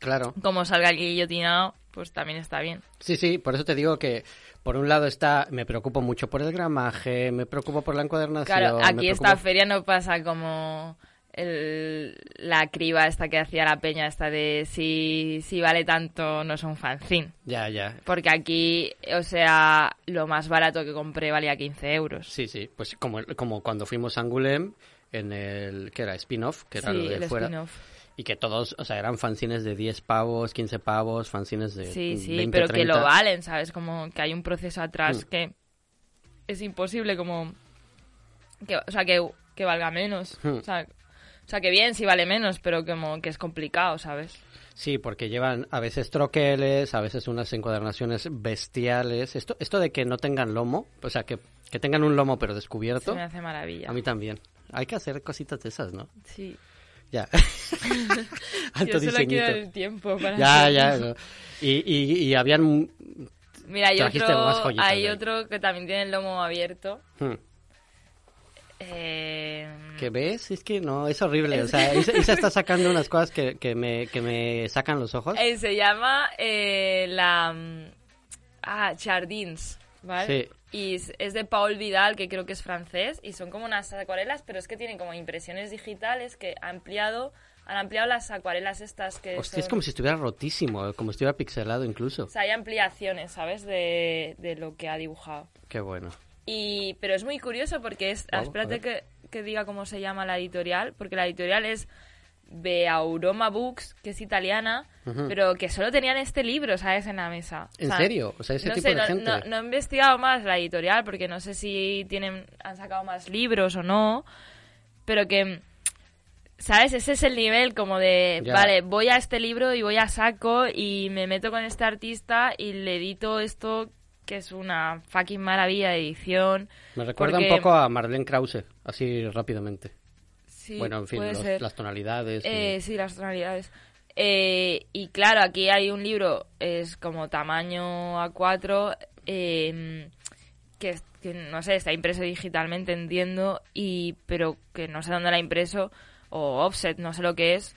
[SPEAKER 5] claro.
[SPEAKER 4] cómo salga el guillotinado, pues también está bien.
[SPEAKER 5] Sí, sí, por eso te digo que por un lado está, me preocupo mucho por el gramaje, me preocupo por la encuadernación.
[SPEAKER 4] Claro,
[SPEAKER 5] me
[SPEAKER 4] aquí
[SPEAKER 5] preocupo-
[SPEAKER 4] esta feria no pasa como el- la criba esta que hacía la peña, esta de si, si vale tanto no es un fanzine.
[SPEAKER 5] Ya, ya.
[SPEAKER 4] Porque aquí, o sea, lo más barato que compré valía 15 euros.
[SPEAKER 5] Sí, sí, pues como, como cuando fuimos a Angulem en el, que era spin-off, que era lo
[SPEAKER 4] sí,
[SPEAKER 5] de
[SPEAKER 4] el
[SPEAKER 5] fuera.
[SPEAKER 4] spin-off.
[SPEAKER 5] Y que todos, o sea, eran fanzines de 10 pavos, 15 pavos, fanzines de
[SPEAKER 4] Sí, sí,
[SPEAKER 5] 20,
[SPEAKER 4] pero que
[SPEAKER 5] 30.
[SPEAKER 4] lo valen, ¿sabes? Como que hay un proceso
[SPEAKER 5] Mm.
[SPEAKER 4] atrás que es imposible como... Que, o sea, que, que valga menos.
[SPEAKER 5] Hmm.
[SPEAKER 4] O, sea, o sea, que bien si vale menos, pero como que es complicado, ¿sabes?
[SPEAKER 5] Sí, porque llevan a veces troqueles, a veces unas encuadernaciones bestiales. Esto, esto de que no tengan lomo, o sea, que, que tengan un lomo pero
[SPEAKER 4] Se
[SPEAKER 5] descubierto,
[SPEAKER 4] me hace maravilla.
[SPEAKER 5] a mí también. Hay que hacer cositas de esas, ¿no?
[SPEAKER 4] Sí.
[SPEAKER 5] Ya.
[SPEAKER 4] Yo
[SPEAKER 5] Alto
[SPEAKER 4] solo quiero
[SPEAKER 5] diseñito.
[SPEAKER 4] el tiempo para...
[SPEAKER 5] Ya,
[SPEAKER 4] hacer-
[SPEAKER 5] ya. no. Y, y, y habían... hmm,
[SPEAKER 4] Mira, hay
[SPEAKER 5] Trajiste
[SPEAKER 4] otro,
[SPEAKER 5] más joyitas eh.
[SPEAKER 4] hay
[SPEAKER 5] de ahí.
[SPEAKER 4] otro que también tiene el lomo abierto.
[SPEAKER 5] hmm,
[SPEAKER 4] Eh,
[SPEAKER 5] ¿Qué ves? Es que no, es horrible. O sea, Isa Isa está sacando unas cosas que, que, me, que me sacan los ojos.
[SPEAKER 4] Eh, se llama eh, la... mm, Ah, Jardins, ¿vale? Y es, es de Paul Vidal, que creo que es francés, y son como unas acuarelas, pero es que tienen como impresiones digitales que ha ampliado, han ampliado las acuarelas estas que
[SPEAKER 5] Hostia, es
[SPEAKER 4] son-
[SPEAKER 5] como si estuviera rotísimo, eh, como si estuviera pixelado incluso.
[SPEAKER 4] O sea, hay ampliaciones, ¿sabes? De, de lo que ha dibujado.
[SPEAKER 5] Qué bueno.
[SPEAKER 4] Y, pero es muy curioso porque es...
[SPEAKER 5] Vamos, a
[SPEAKER 4] espérate
[SPEAKER 5] ver.
[SPEAKER 4] que, que diga cómo se llama la editorial, porque la editorial es Beauroma Books, que es italiana,
[SPEAKER 5] Ujú.
[SPEAKER 4] pero que solo tenían este libro, ¿sabes? En la mesa. O
[SPEAKER 5] ¿En
[SPEAKER 4] sea,
[SPEAKER 5] serio? O sea, ese
[SPEAKER 4] no sé,
[SPEAKER 5] tipo de
[SPEAKER 4] no,
[SPEAKER 5] gente.
[SPEAKER 4] no- no he investigado más la editorial porque no sé si tienen han sacado más libros o no, pero que ¿Sabes? Ese es el nivel como de,
[SPEAKER 5] Ya.
[SPEAKER 4] vale, voy a este libro y voy a saco y me meto con este artista y le edito esto que es una fucking maravilla de edición.
[SPEAKER 5] Me recuerda un
[SPEAKER 4] Porque-
[SPEAKER 5] poco a Marlene Krause, así rápidamente.
[SPEAKER 4] Sí,
[SPEAKER 5] bueno, en fin,
[SPEAKER 4] puede
[SPEAKER 5] los-
[SPEAKER 4] ser.
[SPEAKER 5] las tonalidades. y-
[SPEAKER 4] Eh, sí, las tonalidades. Eh, y claro, aquí hay un libro, es como tamaño A4, eh, que, es- que no sé, está impreso digitalmente, entiendo, y pero que no sé dónde la ha impreso, o offset, no sé lo que es,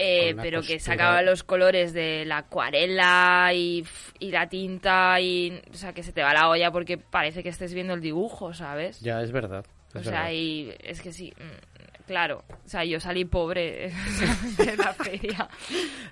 [SPEAKER 4] eh,
[SPEAKER 5] Con una
[SPEAKER 4] pero que
[SPEAKER 5] costura.
[SPEAKER 4] sacaba los colores de la acuarela y, f- y la tinta, y, o sea, que se te va la olla porque parece que estés viendo el dibujo, ¿sabes?
[SPEAKER 5] Ya, es verdad.
[SPEAKER 4] O sea,
[SPEAKER 5] es Pues verdad.
[SPEAKER 4] y es que sí, mm, claro. O sea, yo salí pobre de la feria.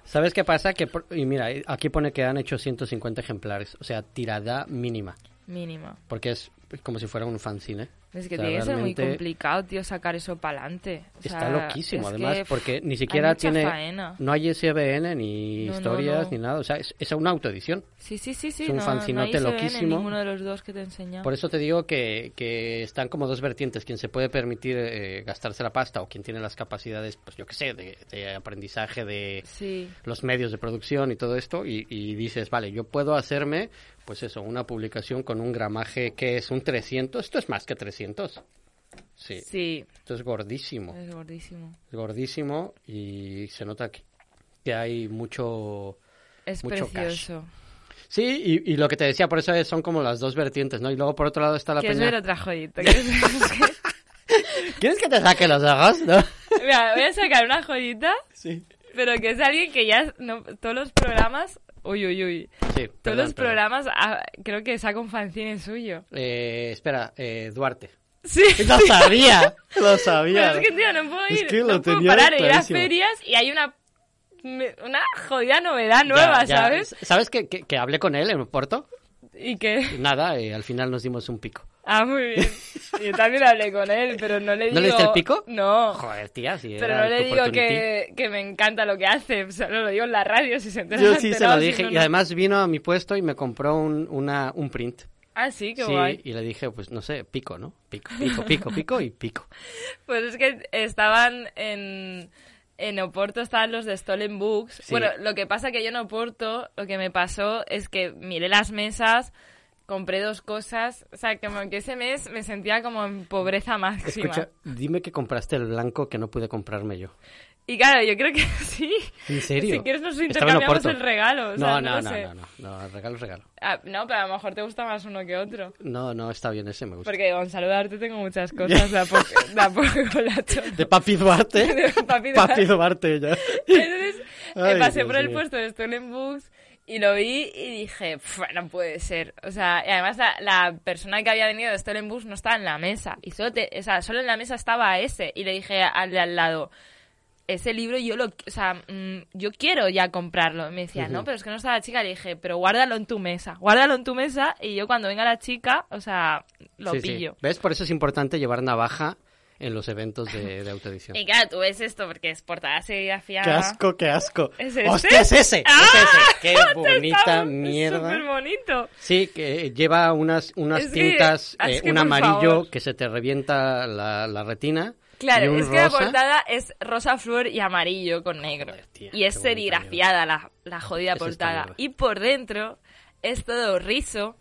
[SPEAKER 5] ¿Sabes qué pasa? Que por- Y mira, eh, aquí pone que han hecho 150 ejemplares, o sea, tirada mínima,
[SPEAKER 4] Mínima.
[SPEAKER 5] porque es como si fuera un fanzine.
[SPEAKER 4] Es que
[SPEAKER 5] O sea,
[SPEAKER 4] tiene que ser muy
[SPEAKER 5] realmente
[SPEAKER 4] complicado, tío, sacar eso para adelante.
[SPEAKER 5] Está loquísimo, además, porque ni
[SPEAKER 4] hay
[SPEAKER 5] siquiera
[SPEAKER 4] mucha
[SPEAKER 5] tiene...
[SPEAKER 4] faena.
[SPEAKER 5] No hay SBN, ni
[SPEAKER 4] No, no,
[SPEAKER 5] historias,
[SPEAKER 4] no.
[SPEAKER 5] ni nada. O sea, es, es una autoedición.
[SPEAKER 4] Sí, sí, sí, sí.
[SPEAKER 5] es un
[SPEAKER 4] no,
[SPEAKER 5] fancinote
[SPEAKER 4] no hay ISBN en
[SPEAKER 5] loquísimo.
[SPEAKER 4] ninguno de los dos que te enseñaba.
[SPEAKER 5] Por eso te digo que, que están como dos vertientes. Quien se puede permitir eh, gastarse la pasta o quien tiene las capacidades, pues yo qué sé, de, de aprendizaje de
[SPEAKER 4] Sí.
[SPEAKER 5] los medios de producción y todo esto. Y, y dices, vale, yo puedo hacerme, pues eso, una publicación con un gramaje que es un 300. Esto es más que 300. Sí,
[SPEAKER 4] Sí,
[SPEAKER 5] esto es gordísimo.
[SPEAKER 4] es gordísimo.
[SPEAKER 5] Es gordísimo y se nota que, que hay mucho...
[SPEAKER 4] Es
[SPEAKER 5] Mucho cash.
[SPEAKER 4] precioso.
[SPEAKER 5] Sí, y, y lo que te decía, por eso es- son como las dos vertientes, ¿no? Y luego por otro lado está la
[SPEAKER 4] ¿Quieres
[SPEAKER 5] peña-
[SPEAKER 4] ver otra joyita? ¿Quieres ver- es que-
[SPEAKER 5] ¿Quieres que te saque los ojos? ¿No?
[SPEAKER 4] Mira, voy a sacar una joyita,
[SPEAKER 5] Sí.
[SPEAKER 4] pero que es alguien que ya no- todos los programas Uy, uy, uy.
[SPEAKER 5] Sí,
[SPEAKER 4] Todos
[SPEAKER 5] perdón,
[SPEAKER 4] los
[SPEAKER 5] perdón.
[SPEAKER 4] programas ah, creo que saca un fanzine suyo.
[SPEAKER 5] Eh, espera, eh, Duarte.
[SPEAKER 4] Sí.
[SPEAKER 5] Lo sabía, lo
[SPEAKER 4] Pero
[SPEAKER 5] sabía.
[SPEAKER 4] Pues es que, tío, no puedo
[SPEAKER 5] Es
[SPEAKER 4] ir.
[SPEAKER 5] que lo
[SPEAKER 4] no puedo
[SPEAKER 5] tenía
[SPEAKER 4] parar de ir a
[SPEAKER 5] clarísimo.
[SPEAKER 4] ferias y hay una, me- una jodida novedad
[SPEAKER 5] Ya,
[SPEAKER 4] nueva,
[SPEAKER 5] ya.
[SPEAKER 4] ¿sabes?
[SPEAKER 5] ¿Sabes que, que, que hablé con él en Porto?
[SPEAKER 4] Y que.
[SPEAKER 5] Nada, eh, al final nos dimos un pico.
[SPEAKER 4] Ah, muy bien. Yo también hablé con él, pero no le digo.
[SPEAKER 5] ¿No le diste el pico?
[SPEAKER 4] No.
[SPEAKER 5] Joder, tía, sí.
[SPEAKER 4] Pero no le digo que, que me encanta lo que hace, solo lo digo en la radio si se entera.
[SPEAKER 5] Yo sí se
[SPEAKER 4] enterado,
[SPEAKER 5] lo
[SPEAKER 4] si
[SPEAKER 5] dije.
[SPEAKER 4] no,
[SPEAKER 5] y
[SPEAKER 4] no.
[SPEAKER 5] además vino a mi puesto y me compró un, una, un print.
[SPEAKER 4] Ah, sí, qué
[SPEAKER 5] sí,
[SPEAKER 4] guay.
[SPEAKER 5] y le dije, pues no sé, pico, ¿no? Pico, pico, pico, pico y pico.
[SPEAKER 4] Pues es que estaban en, en Oporto, estaban los de Stolen Books.
[SPEAKER 5] Sí.
[SPEAKER 4] Bueno, lo que pasa que yo en Oporto, lo que me pasó es que miré las mesas, compré dos cosas. O sea, como que ese mes me sentía como en pobreza máxima.
[SPEAKER 5] Escucha, dime que compraste el blanco que no pude comprarme yo.
[SPEAKER 4] Y claro, yo creo que sí.
[SPEAKER 5] ¿En serio?
[SPEAKER 4] Si quieres nos
[SPEAKER 5] Estaba en
[SPEAKER 4] intercambiamos
[SPEAKER 5] Oporto.
[SPEAKER 4] el regalo. o sea, no,
[SPEAKER 5] no, no,
[SPEAKER 4] lo
[SPEAKER 5] no,
[SPEAKER 4] sé.
[SPEAKER 5] no, no, no, regalo, regalo.
[SPEAKER 4] Ah, no, pero a lo mejor te gusta más uno que otro.
[SPEAKER 5] No, no, está bien, ese me gusta.
[SPEAKER 4] Porque con saludarte tengo muchas cosas, de a poco, de a poco la chorra.
[SPEAKER 5] De Papi Duarte.
[SPEAKER 4] De Papi Duarte.
[SPEAKER 5] Duarte, ya.
[SPEAKER 4] Entonces me
[SPEAKER 5] Ay,
[SPEAKER 4] pasé
[SPEAKER 5] Dios
[SPEAKER 4] por el
[SPEAKER 5] mío.
[SPEAKER 4] puesto de Stolen Books y lo vi y dije, "Pf, no puede ser. O sea, y además la, la persona que había venido de Stolen Books no estaba en la mesa. Y solo, te- o sea, solo en la mesa estaba ese. Y le dije al de al lado, ese libro yo lo, o sea, mm, yo quiero ya comprarlo. Y me decía, no, pero es que no está la chica. Le dije, pero guárdalo en tu mesa. Guárdalo en tu mesa y yo cuando venga la chica, o sea, lo
[SPEAKER 5] Sí, sí.
[SPEAKER 4] pillo.
[SPEAKER 5] ¿Ves? Por eso es importante llevar navaja en los eventos de, de autoedición.
[SPEAKER 4] Y claro, tú ves esto porque es portada serigrafiada.
[SPEAKER 5] ¡Qué asco, qué asco!
[SPEAKER 4] ¿Es este?
[SPEAKER 5] ¡Hostia, es ese!
[SPEAKER 4] ¡Ah!
[SPEAKER 5] ¡Es ese! ¡Qué bonita mierda!
[SPEAKER 4] Súper bonito.
[SPEAKER 5] Sí, que lleva unas, unas
[SPEAKER 4] Es que-
[SPEAKER 5] tintas,
[SPEAKER 4] es
[SPEAKER 5] eh,
[SPEAKER 4] que,
[SPEAKER 5] un
[SPEAKER 4] por
[SPEAKER 5] amarillo
[SPEAKER 4] favor.
[SPEAKER 5] que se te revienta la, la retina. y
[SPEAKER 4] Claro,
[SPEAKER 5] un
[SPEAKER 4] es que la
[SPEAKER 5] rosa.
[SPEAKER 4] portada es rosa flor y amarillo con negro.
[SPEAKER 5] Joder, tía,
[SPEAKER 4] y es
[SPEAKER 5] qué bonita
[SPEAKER 4] serigrafiada la, la jodida
[SPEAKER 5] Es esta
[SPEAKER 4] portada.
[SPEAKER 5] mierda.
[SPEAKER 4] Y por dentro es todo rizo,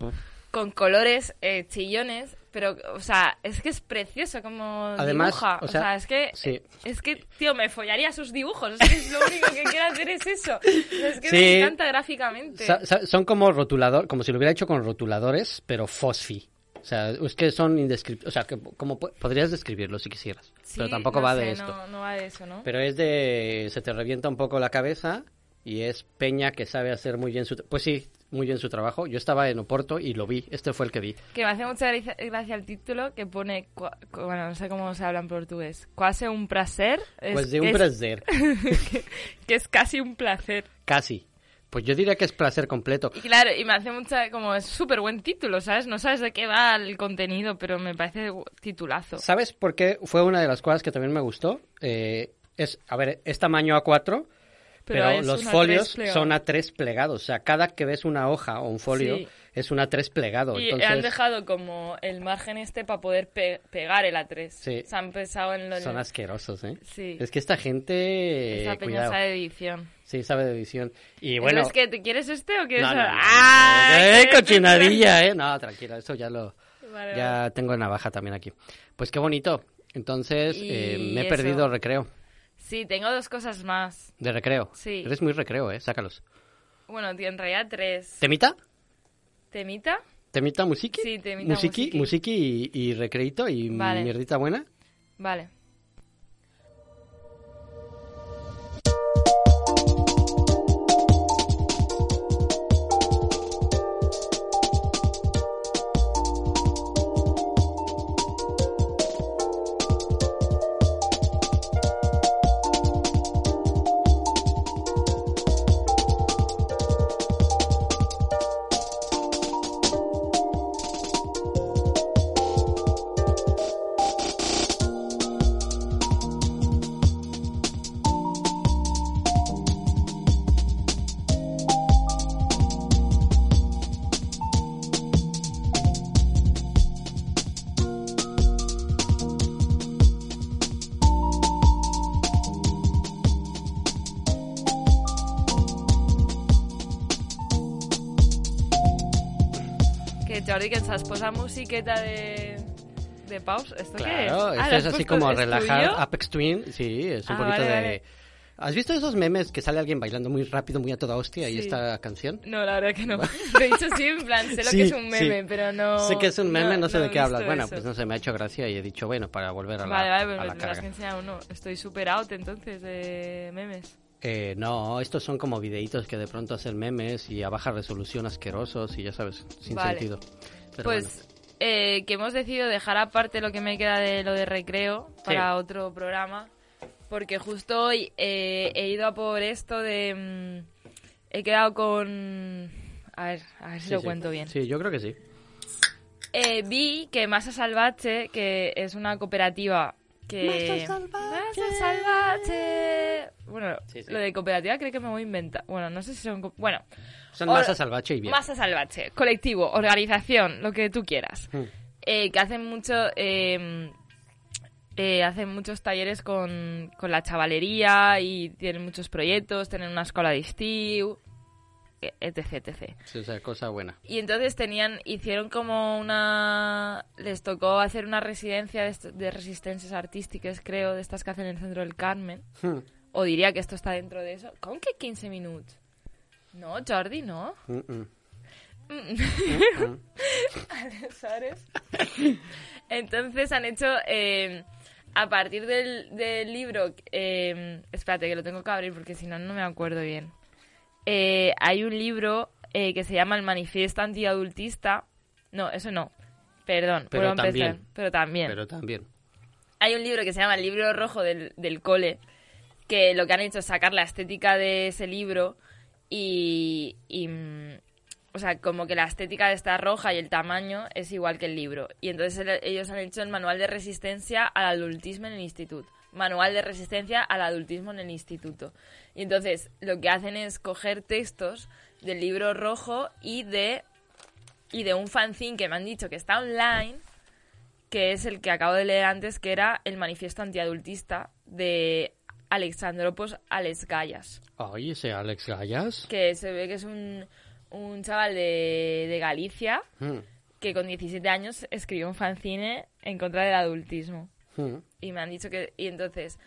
[SPEAKER 4] con colores eh, chillones, pero, o sea, es que es precioso como
[SPEAKER 5] Además,
[SPEAKER 4] dibuja.
[SPEAKER 5] o sea,
[SPEAKER 4] es que...
[SPEAKER 5] sí.
[SPEAKER 4] Es que, tío, me follaría sus dibujos. Es que es lo único que quiero hacer es eso. Es que
[SPEAKER 5] Sí.
[SPEAKER 4] me encanta gráficamente.
[SPEAKER 5] Sa- sa- son como rotulador, como si lo hubiera hecho con rotuladores, pero fosfi. O sea, es que son indescriptibles. O sea, que como po- podrías describirlo si quisieras,
[SPEAKER 4] Sí,
[SPEAKER 5] pero tampoco
[SPEAKER 4] no
[SPEAKER 5] va
[SPEAKER 4] sé,
[SPEAKER 5] de esto.
[SPEAKER 4] No, no va de eso, ¿no?
[SPEAKER 5] Pero es de se te revienta un poco la cabeza y es peña que sabe hacer muy bien su pues sí, muy bien su trabajo. Yo estaba en Oporto y lo vi. Este fue el que vi.
[SPEAKER 4] Que me hace mucha gracia, gracia el título que pone, cua- cu- bueno, no sé cómo se habla en portugués, quase un placer. es-
[SPEAKER 5] pues de un
[SPEAKER 4] que es-
[SPEAKER 5] placer,
[SPEAKER 4] que, que es casi un placer.
[SPEAKER 5] casi. Pues yo diría que es placer completo.
[SPEAKER 4] Y claro, y me hace mucha, como es súper buen título, ¿sabes? No sabes de qué va el contenido, pero me parece gu- titulazo.
[SPEAKER 5] ¿Sabes por qué fue una de las cosas que también me gustó? Eh, es, a ver, es tamaño A4, pero,
[SPEAKER 4] es
[SPEAKER 5] los
[SPEAKER 4] una
[SPEAKER 5] folios
[SPEAKER 4] tres
[SPEAKER 5] son
[SPEAKER 4] plegado.
[SPEAKER 5] A3 plegados. O sea, cada que ves una hoja o un folio
[SPEAKER 4] Sí.
[SPEAKER 5] es un A3 plegado.
[SPEAKER 4] Y
[SPEAKER 5] Entonces,
[SPEAKER 4] han dejado como el margen este para poder pe- pegar el A3.
[SPEAKER 5] Sí.
[SPEAKER 4] Se han pensado en lo
[SPEAKER 5] son asquerosos, ¿eh?
[SPEAKER 4] Sí.
[SPEAKER 5] Es que esta gente...
[SPEAKER 4] esa
[SPEAKER 5] cuidado.
[SPEAKER 4] peñosa eh. edición.
[SPEAKER 5] Sí, sabe de edición. Y bueno...
[SPEAKER 4] Entonces, ¿qué, ¿te quieres este o quieres...?
[SPEAKER 5] No, no, no, no, no,
[SPEAKER 4] ¡Ay,
[SPEAKER 5] ¡Eh,
[SPEAKER 4] qué
[SPEAKER 5] cochinadilla, eh! No, tranquila, eso ya lo...
[SPEAKER 4] Vale,
[SPEAKER 5] ya tengo navaja también aquí. Pues qué bonito. Entonces,
[SPEAKER 4] Y
[SPEAKER 5] eh, me he
[SPEAKER 4] eso.
[SPEAKER 5] perdido recreo.
[SPEAKER 4] Sí, tengo dos cosas más.
[SPEAKER 5] De recreo.
[SPEAKER 4] Sí.
[SPEAKER 5] Eres muy recreo, ¿eh? Sácalos.
[SPEAKER 4] Bueno, tío, en realidad tres.
[SPEAKER 5] ¿Temita?
[SPEAKER 4] ¿Temita?
[SPEAKER 5] ¿Temita musiqui?
[SPEAKER 4] Sí, temita
[SPEAKER 5] musiqui.
[SPEAKER 4] musiqui.
[SPEAKER 5] musiqui y, y recreito y
[SPEAKER 4] Vale.
[SPEAKER 5] mierdita buena.
[SPEAKER 4] Vale. Que Jordi, que estás posa musiqueta de... De Paus, ¿esto qué es?
[SPEAKER 5] Claro,
[SPEAKER 4] Ah,
[SPEAKER 5] esto
[SPEAKER 4] ¿lo has
[SPEAKER 5] es así
[SPEAKER 4] puesto-
[SPEAKER 5] como
[SPEAKER 4] es
[SPEAKER 5] relajar
[SPEAKER 4] tuyo?
[SPEAKER 5] Apex Twin. Sí, es un
[SPEAKER 4] Ah,
[SPEAKER 5] poquito
[SPEAKER 4] vale,
[SPEAKER 5] de...
[SPEAKER 4] vale.
[SPEAKER 5] ¿Has visto esos memes que sale alguien bailando muy rápido, muy a toda hostia y
[SPEAKER 4] Sí.
[SPEAKER 5] esta canción?
[SPEAKER 4] No, la verdad que no. De hecho, sí, en plan, sé lo
[SPEAKER 5] Sí,
[SPEAKER 4] que es un meme,
[SPEAKER 5] sí.
[SPEAKER 4] pero no...
[SPEAKER 5] Sé que es un meme, no, sé de
[SPEAKER 4] he
[SPEAKER 5] qué hablas.
[SPEAKER 4] visto
[SPEAKER 5] Bueno,
[SPEAKER 4] eso.
[SPEAKER 5] pues no sé, me ha hecho gracia y he dicho, bueno, para volver a la,
[SPEAKER 4] Vale, pues vale,
[SPEAKER 5] a
[SPEAKER 4] pero
[SPEAKER 5] la
[SPEAKER 4] me tendrás
[SPEAKER 5] carga.
[SPEAKER 4] que enseñar uno. Estoy super out, entonces, de memes.
[SPEAKER 5] Eh, no, estos son como videitos que de pronto hacen memes y a baja resolución asquerosos y ya sabes, sin
[SPEAKER 4] Vale.
[SPEAKER 5] sentido. Pero
[SPEAKER 4] pues eh, que hemos decidido dejar aparte lo que me queda de lo de recreo para otro programa, porque justo hoy eh, he ido a por esto de... mm, he quedado con... A ver, a ver si
[SPEAKER 5] Sí,
[SPEAKER 4] lo
[SPEAKER 5] sí.
[SPEAKER 4] cuento bien.
[SPEAKER 5] Sí, yo creo que sí.
[SPEAKER 4] Eh, vi que Masa Salvache, que es una cooperativa que... Masa Salvache. Bueno,
[SPEAKER 5] Sí, sí.
[SPEAKER 4] lo de cooperativa creo que me voy a inventar. Bueno, no sé si son... co- Bueno.
[SPEAKER 5] Son
[SPEAKER 4] Or-
[SPEAKER 5] masa salvaje y bien.
[SPEAKER 4] Masa Salvache, colectivo, organización, lo que tú quieras.
[SPEAKER 5] Hmm.
[SPEAKER 4] Eh, que hacen mucho... eh, eh, hacen muchos talleres con, con la chavalería y tienen muchos proyectos, tienen una escuela de estío, eh, etc, etc.
[SPEAKER 5] Sí, o sea, cosa buena.
[SPEAKER 4] Y entonces tenían, hicieron como una, les tocó hacer una residencia de, est- de resistencias artísticas, creo, de estas que hacen en el centro del Carmen.
[SPEAKER 5] Hmm.
[SPEAKER 4] O diría que esto está dentro de eso. ¿Con qué 15 minutos? No, Jordi, no.
[SPEAKER 5] Mm, mm.
[SPEAKER 4] ¿Sabes? Entonces han hecho, eh, a partir del, del libro, eh, espérate que lo tengo que abrir porque si no, no me acuerdo bien. Eh, hay un libro eh, que se llama El Manifiesto Antiadultista. No, eso no. Perdón,
[SPEAKER 5] Pero
[SPEAKER 4] vuelvo a empezar.
[SPEAKER 5] también.
[SPEAKER 4] Pero también.
[SPEAKER 5] Pero también.
[SPEAKER 4] Hay un libro que se llama El libro rojo del, del cole, que lo que han hecho es sacar la estética de ese libro y, y, mm, O sea, como que la estética de esta roja y el tamaño es igual que el libro. Y entonces el- ellos han hecho el manual de resistencia al adultismo en el instituto. Manual de resistencia al adultismo en el instituto. Y entonces lo que hacen es coger textos del libro rojo y de, y de un fanzine que me han dicho que está online que es el que acabo de leer antes, que era el manifiesto antiadultista de Alexandropos Alex Gallas,
[SPEAKER 5] Ay, ese Alex Gallas.
[SPEAKER 4] que se ve que es un, un chaval de, de Galicia
[SPEAKER 5] Mm,
[SPEAKER 4] que con 17 años escribió un fanzine en contra del adultismo.
[SPEAKER 5] mm.
[SPEAKER 4] Y me han dicho que... Y entonces,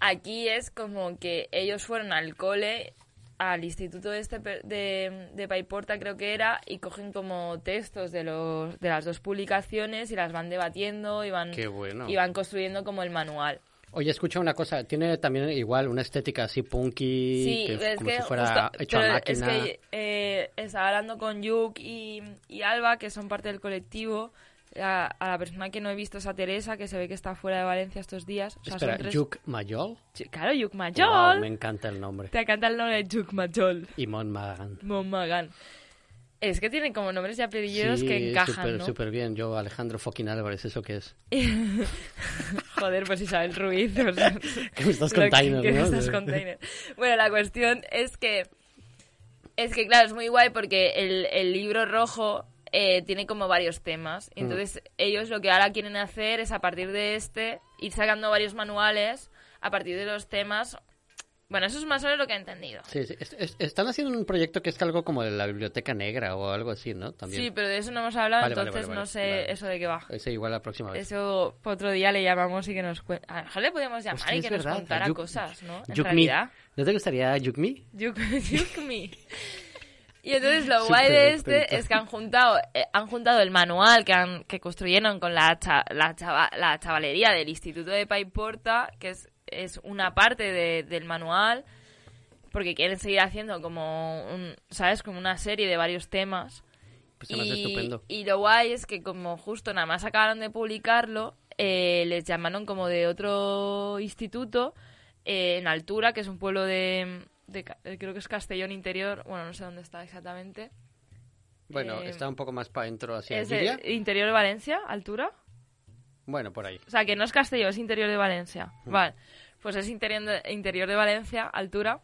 [SPEAKER 4] aquí es como que ellos fueron al cole, al instituto este pe- de, de Paiporta creo que era, y cogen como textos de, los, de las dos publicaciones y las van debatiendo y van,
[SPEAKER 5] Qué bueno.
[SPEAKER 4] y van construyendo como el manual.
[SPEAKER 5] Oye, escucha una cosa. Tiene también igual una estética así punky.
[SPEAKER 4] Sí,
[SPEAKER 5] que,
[SPEAKER 4] es
[SPEAKER 5] como
[SPEAKER 4] que,
[SPEAKER 5] si fuera
[SPEAKER 4] justo-
[SPEAKER 5] hecho a
[SPEAKER 4] pero es
[SPEAKER 5] máquina.
[SPEAKER 4] que eh, estaba hablando con Yuk y, y Alba, que son parte del colectivo. A, a la persona que no he visto es a Teresa, que se ve que está fuera de Valencia estos días. O sea, son
[SPEAKER 5] Espera,
[SPEAKER 4] tres-
[SPEAKER 5] Juk Mayol.
[SPEAKER 4] Yu- Claro, Yuk Mayol.
[SPEAKER 5] Wow, me encanta el nombre.
[SPEAKER 4] Te encanta el nombre de Yuk Mayol.
[SPEAKER 5] Y Mon Magan.
[SPEAKER 4] Mon Magan. Es que tienen como nombres y apellidos
[SPEAKER 5] sí,
[SPEAKER 4] que encajan,
[SPEAKER 5] súper,
[SPEAKER 4] ¿no?
[SPEAKER 5] súper bien. Yo, Alejandro fucking Álvarez, ¿eso qué es?
[SPEAKER 4] Joder, pues Isabel Ruiz. o sea,
[SPEAKER 5] Que me estás
[SPEAKER 4] lo que-
[SPEAKER 5] container,
[SPEAKER 4] que
[SPEAKER 5] ¿no?
[SPEAKER 4] estás container. Bueno, la cuestión es que. Es que, claro, es muy guay porque el, el libro rojo eh, tiene como varios temas.
[SPEAKER 5] Mm.
[SPEAKER 4] Y Entonces, ellos lo que ahora quieren hacer es a partir de este ir sacando varios manuales a partir de los temas. Bueno, eso es más o menos lo que he entendido.
[SPEAKER 5] Sí, sí. Es- es- están haciendo un proyecto que es algo como de la Biblioteca Negra o algo así, ¿no? También.
[SPEAKER 4] Sí, pero de eso no hemos hablado,
[SPEAKER 5] Vale, vale,
[SPEAKER 4] entonces
[SPEAKER 5] vale,
[SPEAKER 4] no
[SPEAKER 5] vale,
[SPEAKER 4] sé
[SPEAKER 5] vale.
[SPEAKER 4] eso de qué va.
[SPEAKER 5] Ese igual la próxima vez.
[SPEAKER 4] Eso por otro día le llamamos y que nos cuente. A lo mejor le podemos llamar
[SPEAKER 5] Hostia,
[SPEAKER 4] y
[SPEAKER 5] es
[SPEAKER 4] que
[SPEAKER 5] verdad,
[SPEAKER 4] nos contara
[SPEAKER 5] Yuk-
[SPEAKER 4] cosas, ¿no? En
[SPEAKER 5] Yukmi.
[SPEAKER 4] realidad.
[SPEAKER 5] ¿No te gustaría Yukmi?
[SPEAKER 4] Yuk, Yuk me. Y entonces lo
[SPEAKER 5] Súper
[SPEAKER 4] guay de este
[SPEAKER 5] atento.
[SPEAKER 4] es que han juntado, eh, han juntado el manual que, han, que construyeron con la, cha- la, chava- la chavalería del Instituto de Paiporta, que es, es una parte de- del manual, porque quieren seguir haciendo como, un, ¿sabes? Como una serie de varios temas.
[SPEAKER 5] Pues se me hace
[SPEAKER 4] Y-
[SPEAKER 5] estupendo.
[SPEAKER 4] Y lo guay es que como justo nada más acabaron de publicarlo, eh, les llamaron como de otro instituto eh, en Altura, que es un pueblo de, de Ca- eh, creo que es Castellón Interior, bueno, no sé dónde está exactamente.
[SPEAKER 5] Bueno,
[SPEAKER 4] eh,
[SPEAKER 5] está un poco más para adentro hacia
[SPEAKER 4] ¿Es de-
[SPEAKER 5] Lluvia.
[SPEAKER 4] Interior de Valencia, Altura?
[SPEAKER 5] Bueno, por ahí.
[SPEAKER 4] O sea, que no es Castellón, es interior de Valencia. Vale. Pues es interior de, interior de Valencia, altura.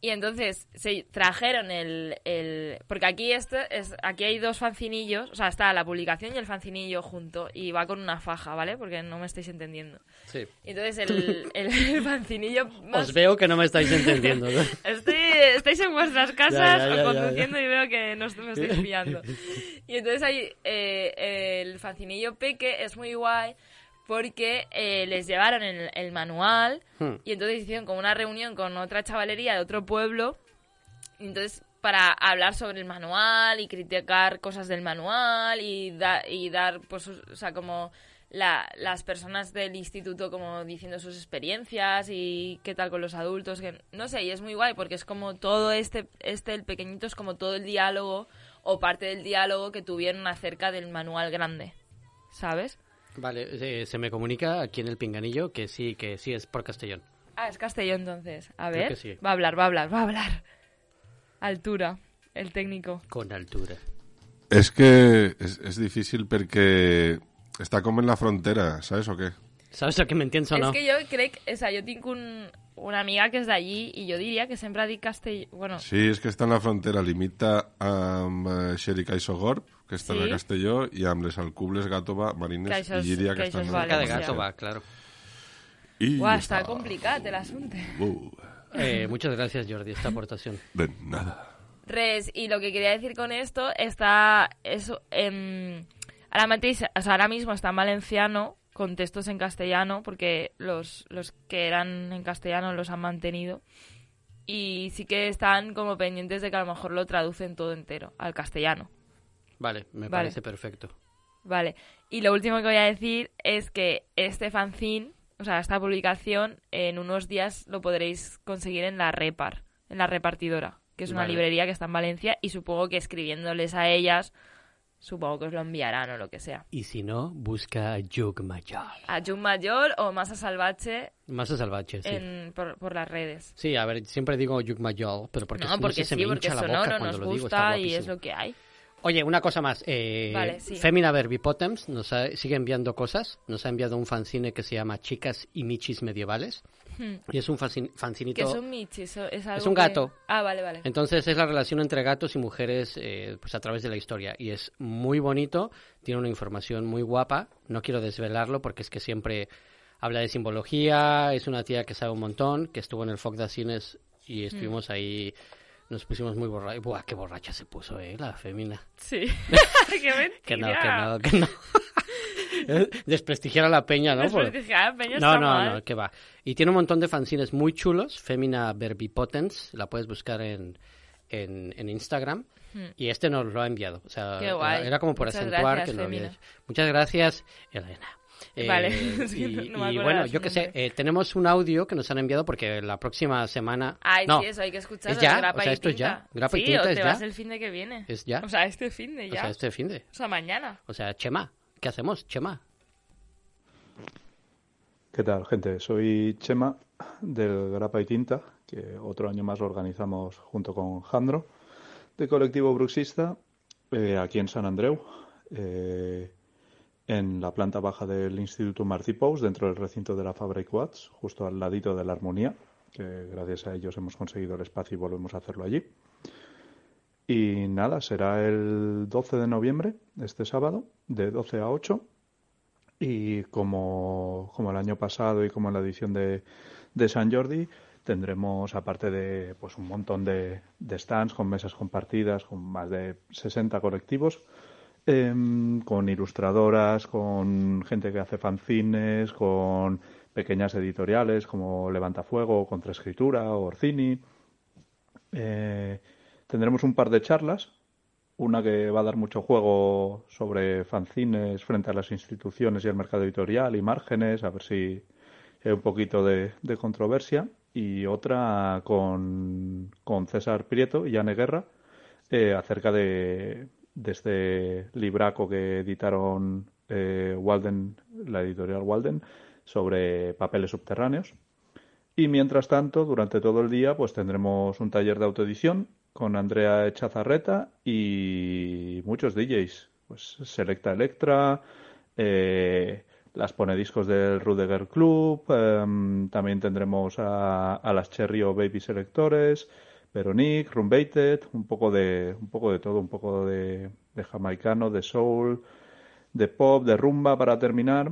[SPEAKER 4] Y entonces se trajeron el... el- porque aquí, este es, aquí hay dos fancinillos. O sea, está la publicación y el fancinillo junto. Y va con una faja, ¿vale? Porque no me estáis entendiendo.
[SPEAKER 5] Sí.
[SPEAKER 4] Entonces el, el, el fancinillo más...
[SPEAKER 5] Os veo que no me estáis entendiendo. ¿no?
[SPEAKER 4] Estoy- estáis en vuestras casas
[SPEAKER 5] Ya, ya, ya,
[SPEAKER 4] o
[SPEAKER 5] ya,
[SPEAKER 4] conduciendo y veo que no os- me estáis pillando. Y entonces ahí eh, el fancinillo peque es muy guay porque eh, les llevaron el, el manual
[SPEAKER 5] Hmm.
[SPEAKER 4] y entonces hicieron como una reunión con otra chavalería de otro pueblo. Y entonces para hablar sobre el manual y criticar cosas del manual y, da- y dar, pues, o sea, como la- las personas del instituto como diciendo sus experiencias y qué tal con los adultos, que no sé, y es muy guay porque es como todo este, este el pequeñito es como todo el diálogo o parte del diálogo que tuvieron acerca del manual grande, ¿sabes?
[SPEAKER 5] Vale, eh, se me comunica aquí en el pinganillo que sí, que sí es por Castellón.
[SPEAKER 4] Ah, es castellón entonces. A
[SPEAKER 5] Creo
[SPEAKER 4] ver,
[SPEAKER 5] que sí.
[SPEAKER 4] va a hablar, va a hablar, va a hablar. Altura, el técnico.
[SPEAKER 5] Con altura.
[SPEAKER 2] Es que es, es difícil porque está como en la frontera, ¿sabes o qué?
[SPEAKER 5] ¿Sabes a qué me entiendes o
[SPEAKER 4] és
[SPEAKER 5] no?
[SPEAKER 4] que jo crec... O sea, jo tinc un, una amiga que és d'allí i jo diria que sempre dic castelló... Bueno,
[SPEAKER 2] Sí, es que está en la frontera, limita eh, a Xerica y Sogorp, que está en
[SPEAKER 4] Sí.
[SPEAKER 2] el Castelló, y a Ambles, Alcubles, Gátova, Marines
[SPEAKER 4] Que
[SPEAKER 2] y
[SPEAKER 4] això és-
[SPEAKER 2] Llíria, que,
[SPEAKER 4] que
[SPEAKER 2] están
[SPEAKER 4] això és
[SPEAKER 2] en
[SPEAKER 4] València. Cerca de
[SPEAKER 5] Gàtova, claro.
[SPEAKER 2] Y
[SPEAKER 4] uah,
[SPEAKER 2] está-
[SPEAKER 4] està complicat l'assumpte.
[SPEAKER 2] Uh,
[SPEAKER 5] Eh, muchas gracias, Jordi, esta aportación.
[SPEAKER 2] de nada.
[SPEAKER 4] Res, y lo que quería decir con esto está... Es, em, ahora, mateix- o sea, ahora mismo está en valenciano, con textos en castellano, porque los, los que eran en castellano los han mantenido. Y sí que están como pendientes de que a lo mejor lo traducen todo entero al castellano.
[SPEAKER 5] Vale,
[SPEAKER 4] Vale.
[SPEAKER 5] me parece perfecto.
[SPEAKER 4] Vale. Y lo último que voy a decir es que este fanzine, o sea, esta publicación, en unos días lo podréis conseguir en la Repar, en la repartidora, que es una
[SPEAKER 5] Vale.
[SPEAKER 4] librería que está en Valencia y supongo que escribiéndoles a ellas, supongo que os lo enviarán o lo que sea.
[SPEAKER 5] Y si no, busca a Yug Mayal.
[SPEAKER 4] A Jun Mayor o Masa Salvache
[SPEAKER 5] Masa salvaje, sí.
[SPEAKER 4] en- por, por las redes.
[SPEAKER 5] Sí, a ver, siempre digo Yug Mayal, pero porque, es
[SPEAKER 4] no,
[SPEAKER 5] que
[SPEAKER 4] porque
[SPEAKER 5] sé, se
[SPEAKER 4] sí,
[SPEAKER 5] me
[SPEAKER 4] porque es
[SPEAKER 5] hincha la boca
[SPEAKER 4] sonoro,
[SPEAKER 5] cuando
[SPEAKER 4] nos
[SPEAKER 5] lo digo,
[SPEAKER 4] gusta
[SPEAKER 5] está
[SPEAKER 4] y es
[SPEAKER 5] guapísimo.
[SPEAKER 4] lo que hay.
[SPEAKER 5] Oye, una cosa más. Eh,
[SPEAKER 4] Vale, sí.
[SPEAKER 5] Femina Verbipotems nos ha- sigue enviando cosas. Nos ha enviado un fanzine que se llama Chicas y Michis Medievales.
[SPEAKER 4] Hmm.
[SPEAKER 5] Y es un fanzin- fanzinito...
[SPEAKER 4] Que es un michi, eso es algo
[SPEAKER 5] un
[SPEAKER 4] que-
[SPEAKER 5] gato.
[SPEAKER 4] Ah, vale, vale.
[SPEAKER 5] Entonces es la relación entre gatos y mujeres eh, pues a través de la historia y es muy bonito, tiene una información muy guapa, no quiero desvelarlo porque es que siempre habla de simbología, es una tía que sabe un montón, que estuvo en el Foc de Cines y
[SPEAKER 4] Mm.
[SPEAKER 5] estuvimos ahí, nos pusimos muy borrachos, ¡buah, qué borracha se puso, eh, la femina!
[SPEAKER 4] Sí. Qué mentira.
[SPEAKER 5] Que no, que no, que no. Desprestigiar a la peña, ¿no? Por-
[SPEAKER 4] Desprestigiar a la Pues "Ah, peña
[SPEAKER 5] no,
[SPEAKER 4] está
[SPEAKER 5] no,
[SPEAKER 4] mal.
[SPEAKER 5] no, que va. Y tiene un montón de fanzines muy chulos. Femina Verbipotens, la puedes buscar en, en, en Instagram.
[SPEAKER 4] Hmm.
[SPEAKER 5] Y este nos lo ha enviado. O sea,
[SPEAKER 4] Qué
[SPEAKER 5] era-
[SPEAKER 4] guay.
[SPEAKER 5] era como por
[SPEAKER 4] Muchas
[SPEAKER 5] acentuar
[SPEAKER 4] gracias,
[SPEAKER 5] que lo había
[SPEAKER 4] Femina.
[SPEAKER 5] hecho. Muchas gracias, Elena.
[SPEAKER 4] Vale,
[SPEAKER 5] Eh,
[SPEAKER 4] sí, no-
[SPEAKER 5] y,
[SPEAKER 4] no me
[SPEAKER 5] y
[SPEAKER 4] acordaba
[SPEAKER 5] bueno,
[SPEAKER 4] de su
[SPEAKER 5] yo qué sé,
[SPEAKER 4] nombre.
[SPEAKER 5] eh, tenemos un audio que nos han enviado porque la próxima semana.
[SPEAKER 4] Ay,
[SPEAKER 5] no,
[SPEAKER 4] sí, eso hay que escuchar.
[SPEAKER 5] ¿Es ya? O sea, esto es ya. Grapa y
[SPEAKER 4] sí,
[SPEAKER 5] tinta
[SPEAKER 4] o
[SPEAKER 5] es
[SPEAKER 4] te
[SPEAKER 5] ya.
[SPEAKER 4] vas el fin de que viene.
[SPEAKER 5] Es ya.
[SPEAKER 4] O sea, este fin de
[SPEAKER 5] O
[SPEAKER 4] ya.
[SPEAKER 5] sea, este fin de.
[SPEAKER 4] O sea, mañana.
[SPEAKER 5] O sea, Chema, ¿qué hacemos, Chema?
[SPEAKER 10] ¿Qué tal, gente? Soy Chema del Grapa y Tinta, que otro año más lo organizamos junto con Jandro, de Colectivo Bruxista, eh, aquí en San Andreu, eh, en la planta baja del Instituto Martí Pous, dentro del recinto de la Fabra y Coats, justo al ladito de la Armonía, que gracias a ellos hemos conseguido el espacio y volvemos a hacerlo allí. Y nada, será el 12 de noviembre, este sábado, de 12 a 8. Y como, como el año pasado y como en la edición de, de San Jordi, tendremos, aparte de pues, un montón de, de stands con mesas compartidas, con más de 60 colectivos, em, con ilustradoras, con gente que hace fanzines, con pequeñas editoriales como Levantafuego, Contra Escritura, Orcini. Eh, tendremos un par de charlas una que va a dar mucho juego sobre fanzines frente a las instituciones y el mercado editorial y márgenes, a ver si hay eh, un poquito de, de controversia. Y otra con, con César Prieto y Anne Guerra eh, acerca de, de este libraco que editaron eh, Walden, la editorial Walden, sobre papeles subterráneos. Y mientras tanto, durante todo el día, pues tendremos un taller de autoedición con Andrea Chazarreta y muchos DJs. Pues Selecta Electra, eh, las ponediscos del Rudeger Club, em, también tendremos a, a las Cherry o Baby Selectores, Veronique, Rumbated, un poco de, un poco de todo, un poco de, de jamaicano, de soul, de pop, de rumba para terminar.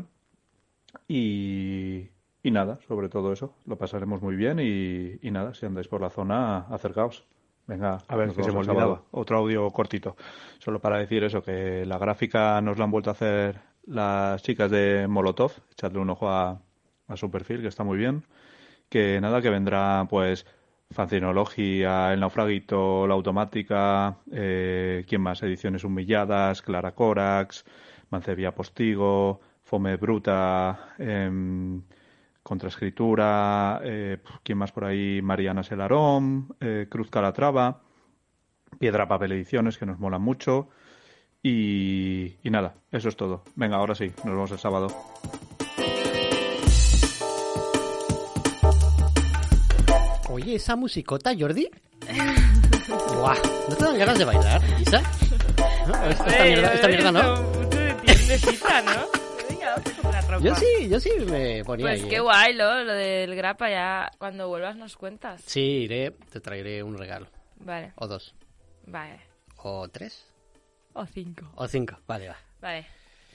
[SPEAKER 10] Y, y nada, sobre todo eso. Lo pasaremos muy bien y, y nada, si andáis por la zona, acercaos. Venga,
[SPEAKER 11] A ver,
[SPEAKER 10] nos
[SPEAKER 11] que se
[SPEAKER 10] vemos
[SPEAKER 11] me
[SPEAKER 10] el sábado.
[SPEAKER 11] olvidaba.
[SPEAKER 10] Otro audio cortito. Solo para decir eso, que la gráfica nos la han vuelto a hacer las chicas de Molotov. Echadle un ojo a, a su perfil, que está muy bien. Que nada, que vendrá pues Fancinología, El Naufraguito, La Automática, eh, ¿quién más? Ediciones Humilladas, Clara Corax, Mancebia Postigo, Fome Bruta, em, Contraescritura, eh, pf, ¿quién más por ahí? Mariana Selarón, eh, Cruz Calatrava, Piedra Papel Ediciones, que nos mola mucho. Y, y nada, eso es todo. Venga, ahora sí, nos vemos el sábado.
[SPEAKER 5] Oye, esa musicota, Jordi. Buah, ¿no te dan ganas de bailar, Isa? ¿No? Esta, esta mierda, esta mierda no.
[SPEAKER 4] Mucho de tiendecita, ¿no? Venga, vamos a comprar ropa.
[SPEAKER 5] Yo sí, yo sí me ponía
[SPEAKER 4] Pues
[SPEAKER 5] ahí,
[SPEAKER 4] qué
[SPEAKER 5] ¿eh?
[SPEAKER 4] guay, ¿no? Lo del grapa ya cuando vuelvas nos cuentas.
[SPEAKER 5] Sí, iré, te traeré un regalo.
[SPEAKER 4] Vale.
[SPEAKER 5] O dos.
[SPEAKER 4] Vale.
[SPEAKER 5] O tres.
[SPEAKER 4] O cinco.
[SPEAKER 5] O cinco. Vale, va.
[SPEAKER 4] Vale,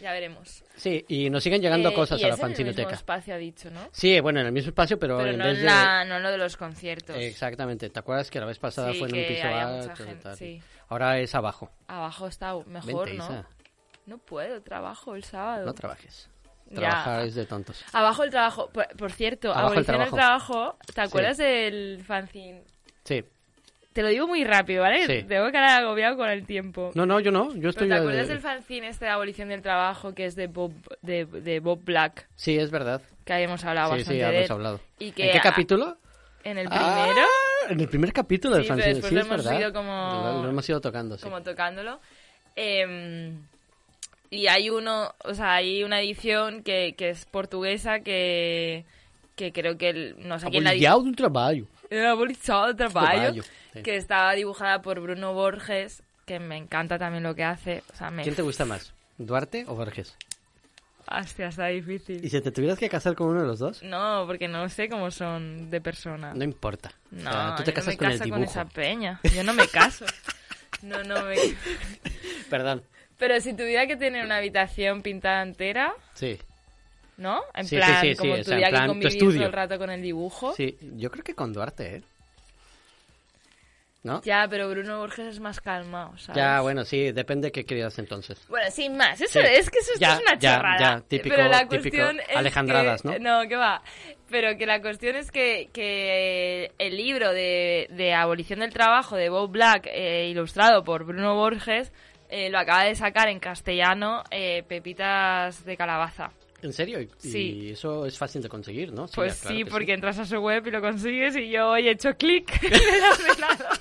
[SPEAKER 4] ya veremos.
[SPEAKER 5] Sí, y nos siguen llegando
[SPEAKER 4] Eh,
[SPEAKER 5] cosas
[SPEAKER 4] y
[SPEAKER 5] a la
[SPEAKER 4] es en el mismo
[SPEAKER 5] fanzinoteca.
[SPEAKER 4] espacio ha dicho, ¿no?
[SPEAKER 5] Sí, bueno, en el mismo espacio, pero,
[SPEAKER 4] Pero
[SPEAKER 5] en
[SPEAKER 4] no,
[SPEAKER 5] vez
[SPEAKER 4] en
[SPEAKER 5] de... Eh,
[SPEAKER 4] la, no en lo de los conciertos.
[SPEAKER 5] Exactamente, ¿te acuerdas que la vez pasada
[SPEAKER 4] Sí,
[SPEAKER 5] fue en
[SPEAKER 4] que
[SPEAKER 5] un piso
[SPEAKER 4] había
[SPEAKER 5] alto?
[SPEAKER 4] mucha
[SPEAKER 5] y
[SPEAKER 4] gente,
[SPEAKER 5] tal?
[SPEAKER 4] sí.
[SPEAKER 5] Ahora es abajo.
[SPEAKER 4] Abajo está mejor,
[SPEAKER 5] Vente,
[SPEAKER 4] ¿no?
[SPEAKER 5] Isa.
[SPEAKER 4] No puedo, trabajo el sábado.
[SPEAKER 5] No trabajes.
[SPEAKER 4] Ya.
[SPEAKER 5] Trabajar es de tontos.
[SPEAKER 4] Abajo el trabajo. Por, por cierto,
[SPEAKER 5] Abajo el
[SPEAKER 4] abolición del
[SPEAKER 5] trabajo.
[SPEAKER 4] trabajo. ¿Te
[SPEAKER 5] Sí.
[SPEAKER 4] acuerdas del fanzine?
[SPEAKER 5] Sí.
[SPEAKER 4] Te lo digo muy rápido, ¿vale?
[SPEAKER 5] Sí.
[SPEAKER 4] Tengo cara agobiado con el tiempo.
[SPEAKER 5] No, no, yo no. Yo estoy...
[SPEAKER 4] ¿Pero
[SPEAKER 5] eh,
[SPEAKER 4] ¿Te acuerdas del fanzine este de abolición del trabajo que es de Bob, de, de Bob Black?
[SPEAKER 5] Sí, es verdad.
[SPEAKER 4] Que habíamos hablado
[SPEAKER 5] sí,
[SPEAKER 4] bastante
[SPEAKER 5] sí,
[SPEAKER 4] de
[SPEAKER 5] hemos
[SPEAKER 4] él?
[SPEAKER 5] hablado.
[SPEAKER 4] Y que
[SPEAKER 5] ¿En qué
[SPEAKER 4] a-
[SPEAKER 5] capítulo?
[SPEAKER 4] En el
[SPEAKER 5] Ah,
[SPEAKER 4] primero.
[SPEAKER 5] En el primer capítulo del
[SPEAKER 4] Sí, pero
[SPEAKER 5] fanzine,
[SPEAKER 4] después
[SPEAKER 5] sí,
[SPEAKER 4] lo
[SPEAKER 5] es
[SPEAKER 4] hemos
[SPEAKER 5] verdad.
[SPEAKER 4] ido como-
[SPEAKER 5] Lo, lo hemos ido tocando, sí. Ah,
[SPEAKER 4] como tocándolo. Eh, y hay uno, o sea, hay una edición que, que es portuguesa que, que creo que el- no sé quién la
[SPEAKER 5] Abolillado de un trabajo.
[SPEAKER 4] era Bolizado de
[SPEAKER 5] Traballo,
[SPEAKER 4] Traballo,
[SPEAKER 5] sí.
[SPEAKER 4] que estaba dibujada por Bruno Borges, que me encanta también lo que hace. O sea, me...
[SPEAKER 5] ¿Quién te gusta más? ¿Duarte o Borges?
[SPEAKER 4] Hostia, está difícil.
[SPEAKER 5] ¿Y si te tuvieras que casar con uno de los dos?
[SPEAKER 4] No, porque no sé cómo son de persona.
[SPEAKER 5] No importa. O
[SPEAKER 4] No,
[SPEAKER 5] sea, tú
[SPEAKER 4] yo
[SPEAKER 5] te
[SPEAKER 4] no
[SPEAKER 5] casas
[SPEAKER 4] me
[SPEAKER 5] con el
[SPEAKER 4] caso con
[SPEAKER 5] dibujo.
[SPEAKER 4] esa peña. Yo no me caso. No, no me...
[SPEAKER 5] Perdón.
[SPEAKER 4] Pero si tuviera que tener una habitación pintada entera,
[SPEAKER 5] Sí.
[SPEAKER 4] ¿no? En
[SPEAKER 5] Sí, sí,
[SPEAKER 4] plan,
[SPEAKER 5] sí, sí,
[SPEAKER 4] como
[SPEAKER 5] o sea, en
[SPEAKER 4] tuviera
[SPEAKER 5] plan,
[SPEAKER 4] que
[SPEAKER 5] tu
[SPEAKER 4] convivir
[SPEAKER 5] estudio.
[SPEAKER 4] todo el rato con el dibujo.
[SPEAKER 5] Sí, yo creo que con Duarte, ¿eh? ¿No?
[SPEAKER 4] Ya, pero Bruno Borges es más calmado, ¿sabes?
[SPEAKER 5] Ya, bueno, sí, depende qué querías entonces.
[SPEAKER 4] Bueno, sin más, eso
[SPEAKER 5] Sí.
[SPEAKER 4] es que eso esto
[SPEAKER 5] Ya,
[SPEAKER 4] es una
[SPEAKER 5] ya,
[SPEAKER 4] chorrada.
[SPEAKER 5] ya, típico-
[SPEAKER 4] pero la
[SPEAKER 5] típico
[SPEAKER 4] cuestión es
[SPEAKER 5] Alejandradas,
[SPEAKER 4] que-
[SPEAKER 5] ¿no?
[SPEAKER 4] No, que va. Pero que la cuestión es que, que el libro de, de Abolición del Trabajo de Bob Black, eh, ilustrado por Bruno Borges, eh, lo acaba de sacar en castellano eh, Pepitas de Calabaza.
[SPEAKER 5] ¿En serio? Y,
[SPEAKER 4] Sí.
[SPEAKER 5] y eso es fácil de conseguir, ¿no?
[SPEAKER 4] Pues
[SPEAKER 5] ya, claro
[SPEAKER 4] sí,
[SPEAKER 5] que
[SPEAKER 4] porque entras a su web y lo consigues y yo hoy he hecho clic en el ordenador.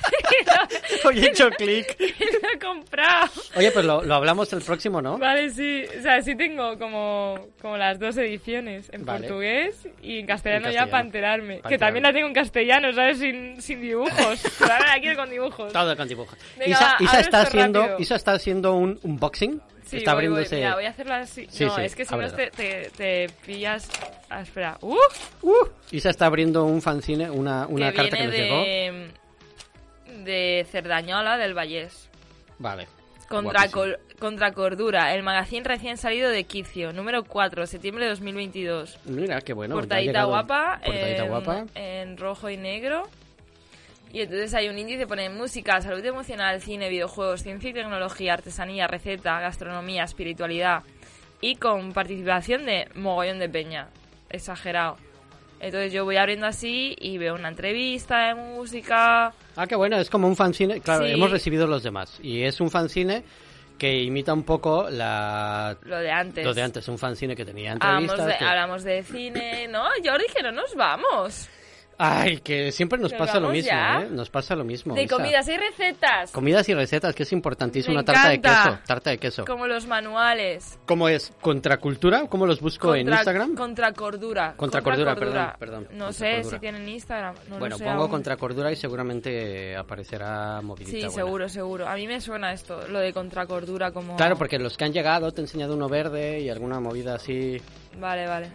[SPEAKER 4] Y lo-
[SPEAKER 5] Hoy he hecho clic.
[SPEAKER 4] y lo he comprado.
[SPEAKER 5] Oye, pues lo, lo hablamos el próximo, ¿no?
[SPEAKER 4] Vale, sí. O sea, sí tengo como, como las dos ediciones. En
[SPEAKER 5] Vale.
[SPEAKER 4] portugués y en castellano,
[SPEAKER 5] En
[SPEAKER 4] ya
[SPEAKER 5] castellano.
[SPEAKER 4] para enterarme.
[SPEAKER 5] Pa'
[SPEAKER 4] Que también
[SPEAKER 5] enterarme.
[SPEAKER 4] la tengo en castellano, ¿sabes? Sin, sin dibujos. Pero ahora la quiero con dibujos.
[SPEAKER 5] Todo con dibujos.
[SPEAKER 4] Venga,
[SPEAKER 5] Isa,
[SPEAKER 4] va,
[SPEAKER 5] Isa
[SPEAKER 4] abre
[SPEAKER 5] está
[SPEAKER 4] esto
[SPEAKER 5] haciendo,
[SPEAKER 4] rápido.
[SPEAKER 5] Isa está haciendo un unboxing.
[SPEAKER 4] Sí,
[SPEAKER 5] está
[SPEAKER 4] voy, voy.
[SPEAKER 5] abriéndose.
[SPEAKER 4] Mira, voy a hacerlo así.
[SPEAKER 5] Sí,
[SPEAKER 4] no,
[SPEAKER 5] sí,
[SPEAKER 4] es que si no
[SPEAKER 5] ábrelo.
[SPEAKER 4] te, te, te pillas... Ah, espera. ¡Uh!
[SPEAKER 5] Isa está abriendo un fanzine, una, una
[SPEAKER 4] que
[SPEAKER 5] carta
[SPEAKER 4] viene
[SPEAKER 5] que nos llegó.
[SPEAKER 4] de, de Cerdañola del Vallés.
[SPEAKER 5] Vale.
[SPEAKER 4] Contra,
[SPEAKER 5] Guapísimo.
[SPEAKER 4] col- contra Cordura, el magazine recién salido de Quicio, número 4, septiembre de 2022.
[SPEAKER 5] Mira, qué bueno. pues ya ha
[SPEAKER 4] portadita
[SPEAKER 5] llegado.
[SPEAKER 4] guapa, eh,
[SPEAKER 5] Portadita
[SPEAKER 4] en,
[SPEAKER 5] guapa.
[SPEAKER 4] en rojo y negro. Y entonces hay un índice, pone música, salud emocional, cine, videojuegos, ciencia y tecnología, artesanía, receta, gastronomía, espiritualidad. Y con participación de mogollón de peña. Exagerado. Entonces yo voy abriendo así y veo una entrevista de música.
[SPEAKER 5] Ah, qué bueno, es como un fanzine. Claro,
[SPEAKER 4] Sí.
[SPEAKER 5] hemos recibido los demás. Y es un fanzine que imita un poco la.
[SPEAKER 4] Lo de antes.
[SPEAKER 5] Lo de antes, un fanzine que tenía
[SPEAKER 4] Hablamos
[SPEAKER 5] entrevistas.
[SPEAKER 4] de,
[SPEAKER 5] que-
[SPEAKER 4] hablamos de cine, ¿no? Jordi, que no nos vamos.
[SPEAKER 5] Ay, que siempre nos
[SPEAKER 4] Pero
[SPEAKER 5] pasa lo
[SPEAKER 4] vamos
[SPEAKER 5] mismo,
[SPEAKER 4] ya.
[SPEAKER 5] ¿eh? Nos pasa lo mismo.
[SPEAKER 4] de
[SPEAKER 5] Isa.
[SPEAKER 4] comidas y recetas.
[SPEAKER 5] Comidas y recetas, que es importantísimo.
[SPEAKER 4] Me
[SPEAKER 5] Una tarta de
[SPEAKER 4] encanta.
[SPEAKER 5] queso. Tarta de queso.
[SPEAKER 4] Como los manuales.
[SPEAKER 5] ¿Cómo es? ¿Contracultura? ¿Cómo los busco en
[SPEAKER 4] Contra-
[SPEAKER 5] Instagram?
[SPEAKER 4] Contra cordura.
[SPEAKER 5] Contra cordura, perdón, perdón,
[SPEAKER 4] No
[SPEAKER 5] contra
[SPEAKER 4] sé
[SPEAKER 5] cordura.
[SPEAKER 4] si tienen Instagram. No
[SPEAKER 5] bueno,
[SPEAKER 4] lo sé
[SPEAKER 5] pongo
[SPEAKER 4] aún.
[SPEAKER 5] contracordura y seguramente eh, aparecerá movidita
[SPEAKER 4] Sí,
[SPEAKER 5] buena.
[SPEAKER 4] seguro, seguro. A mí me suena esto, lo de contra cordura como...
[SPEAKER 5] Claro, porque los que han llegado te he enseñado uno verde y alguna movida así.
[SPEAKER 4] Vale, vale.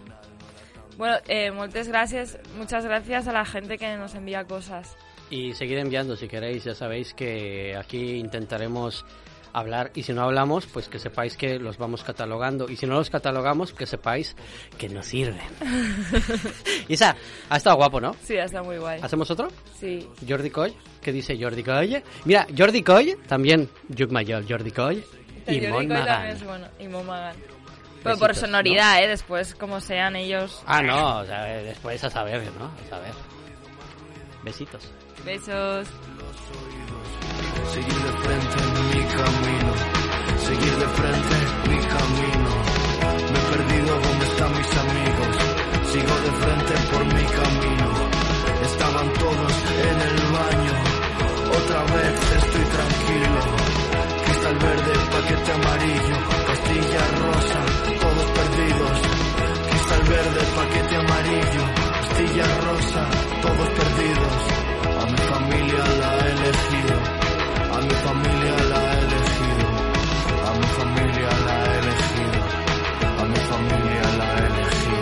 [SPEAKER 4] Bueno, eh, moltes gracias, muchas gracias a la gente que nos envía cosas.
[SPEAKER 5] Y seguid enviando si queréis. Ya sabéis que aquí intentaremos hablar y si no hablamos, pues que sepáis que los vamos catalogando. Y si no los catalogamos, que sepáis que nos sirven. Isa, ha estado guapo, ¿no?
[SPEAKER 4] Sí, está muy guay.
[SPEAKER 5] ¿Hacemos otro?
[SPEAKER 4] Sí.
[SPEAKER 5] Jordi Coy, ¿qué dice Jordi Coy? Mira, Jordi Coy, también Yuc Mayor, Jordi Coy
[SPEAKER 4] Pero
[SPEAKER 5] y
[SPEAKER 4] yo
[SPEAKER 5] Mon
[SPEAKER 4] digo, ahí Este también
[SPEAKER 5] Magán.
[SPEAKER 4] es bueno. Y Mon Magán. Pero por
[SPEAKER 5] Besitos,
[SPEAKER 4] sonoridad, ¿eh? Después, como sean ellos.
[SPEAKER 5] Ah, no, o sea, eh, después a saber, ¿no? A saber. Besitos.
[SPEAKER 4] Besos.
[SPEAKER 7] Seguir de frente mi camino, seguir de frente mi camino. Me he perdido donde están mis amigos. Sigo de frente por mi camino. Estaban todos en el baño. Otra vez estoy tranquilo. Cristal verde, paquete amarillo, pastilla rosa, todos perdidos. Cristal verde, paquete amarillo, pastilla rosa, todos perdidos. A mi familia la he elegido. A mi familia la he elegido. A mi familia la he elegido. A mi familia la he elegido.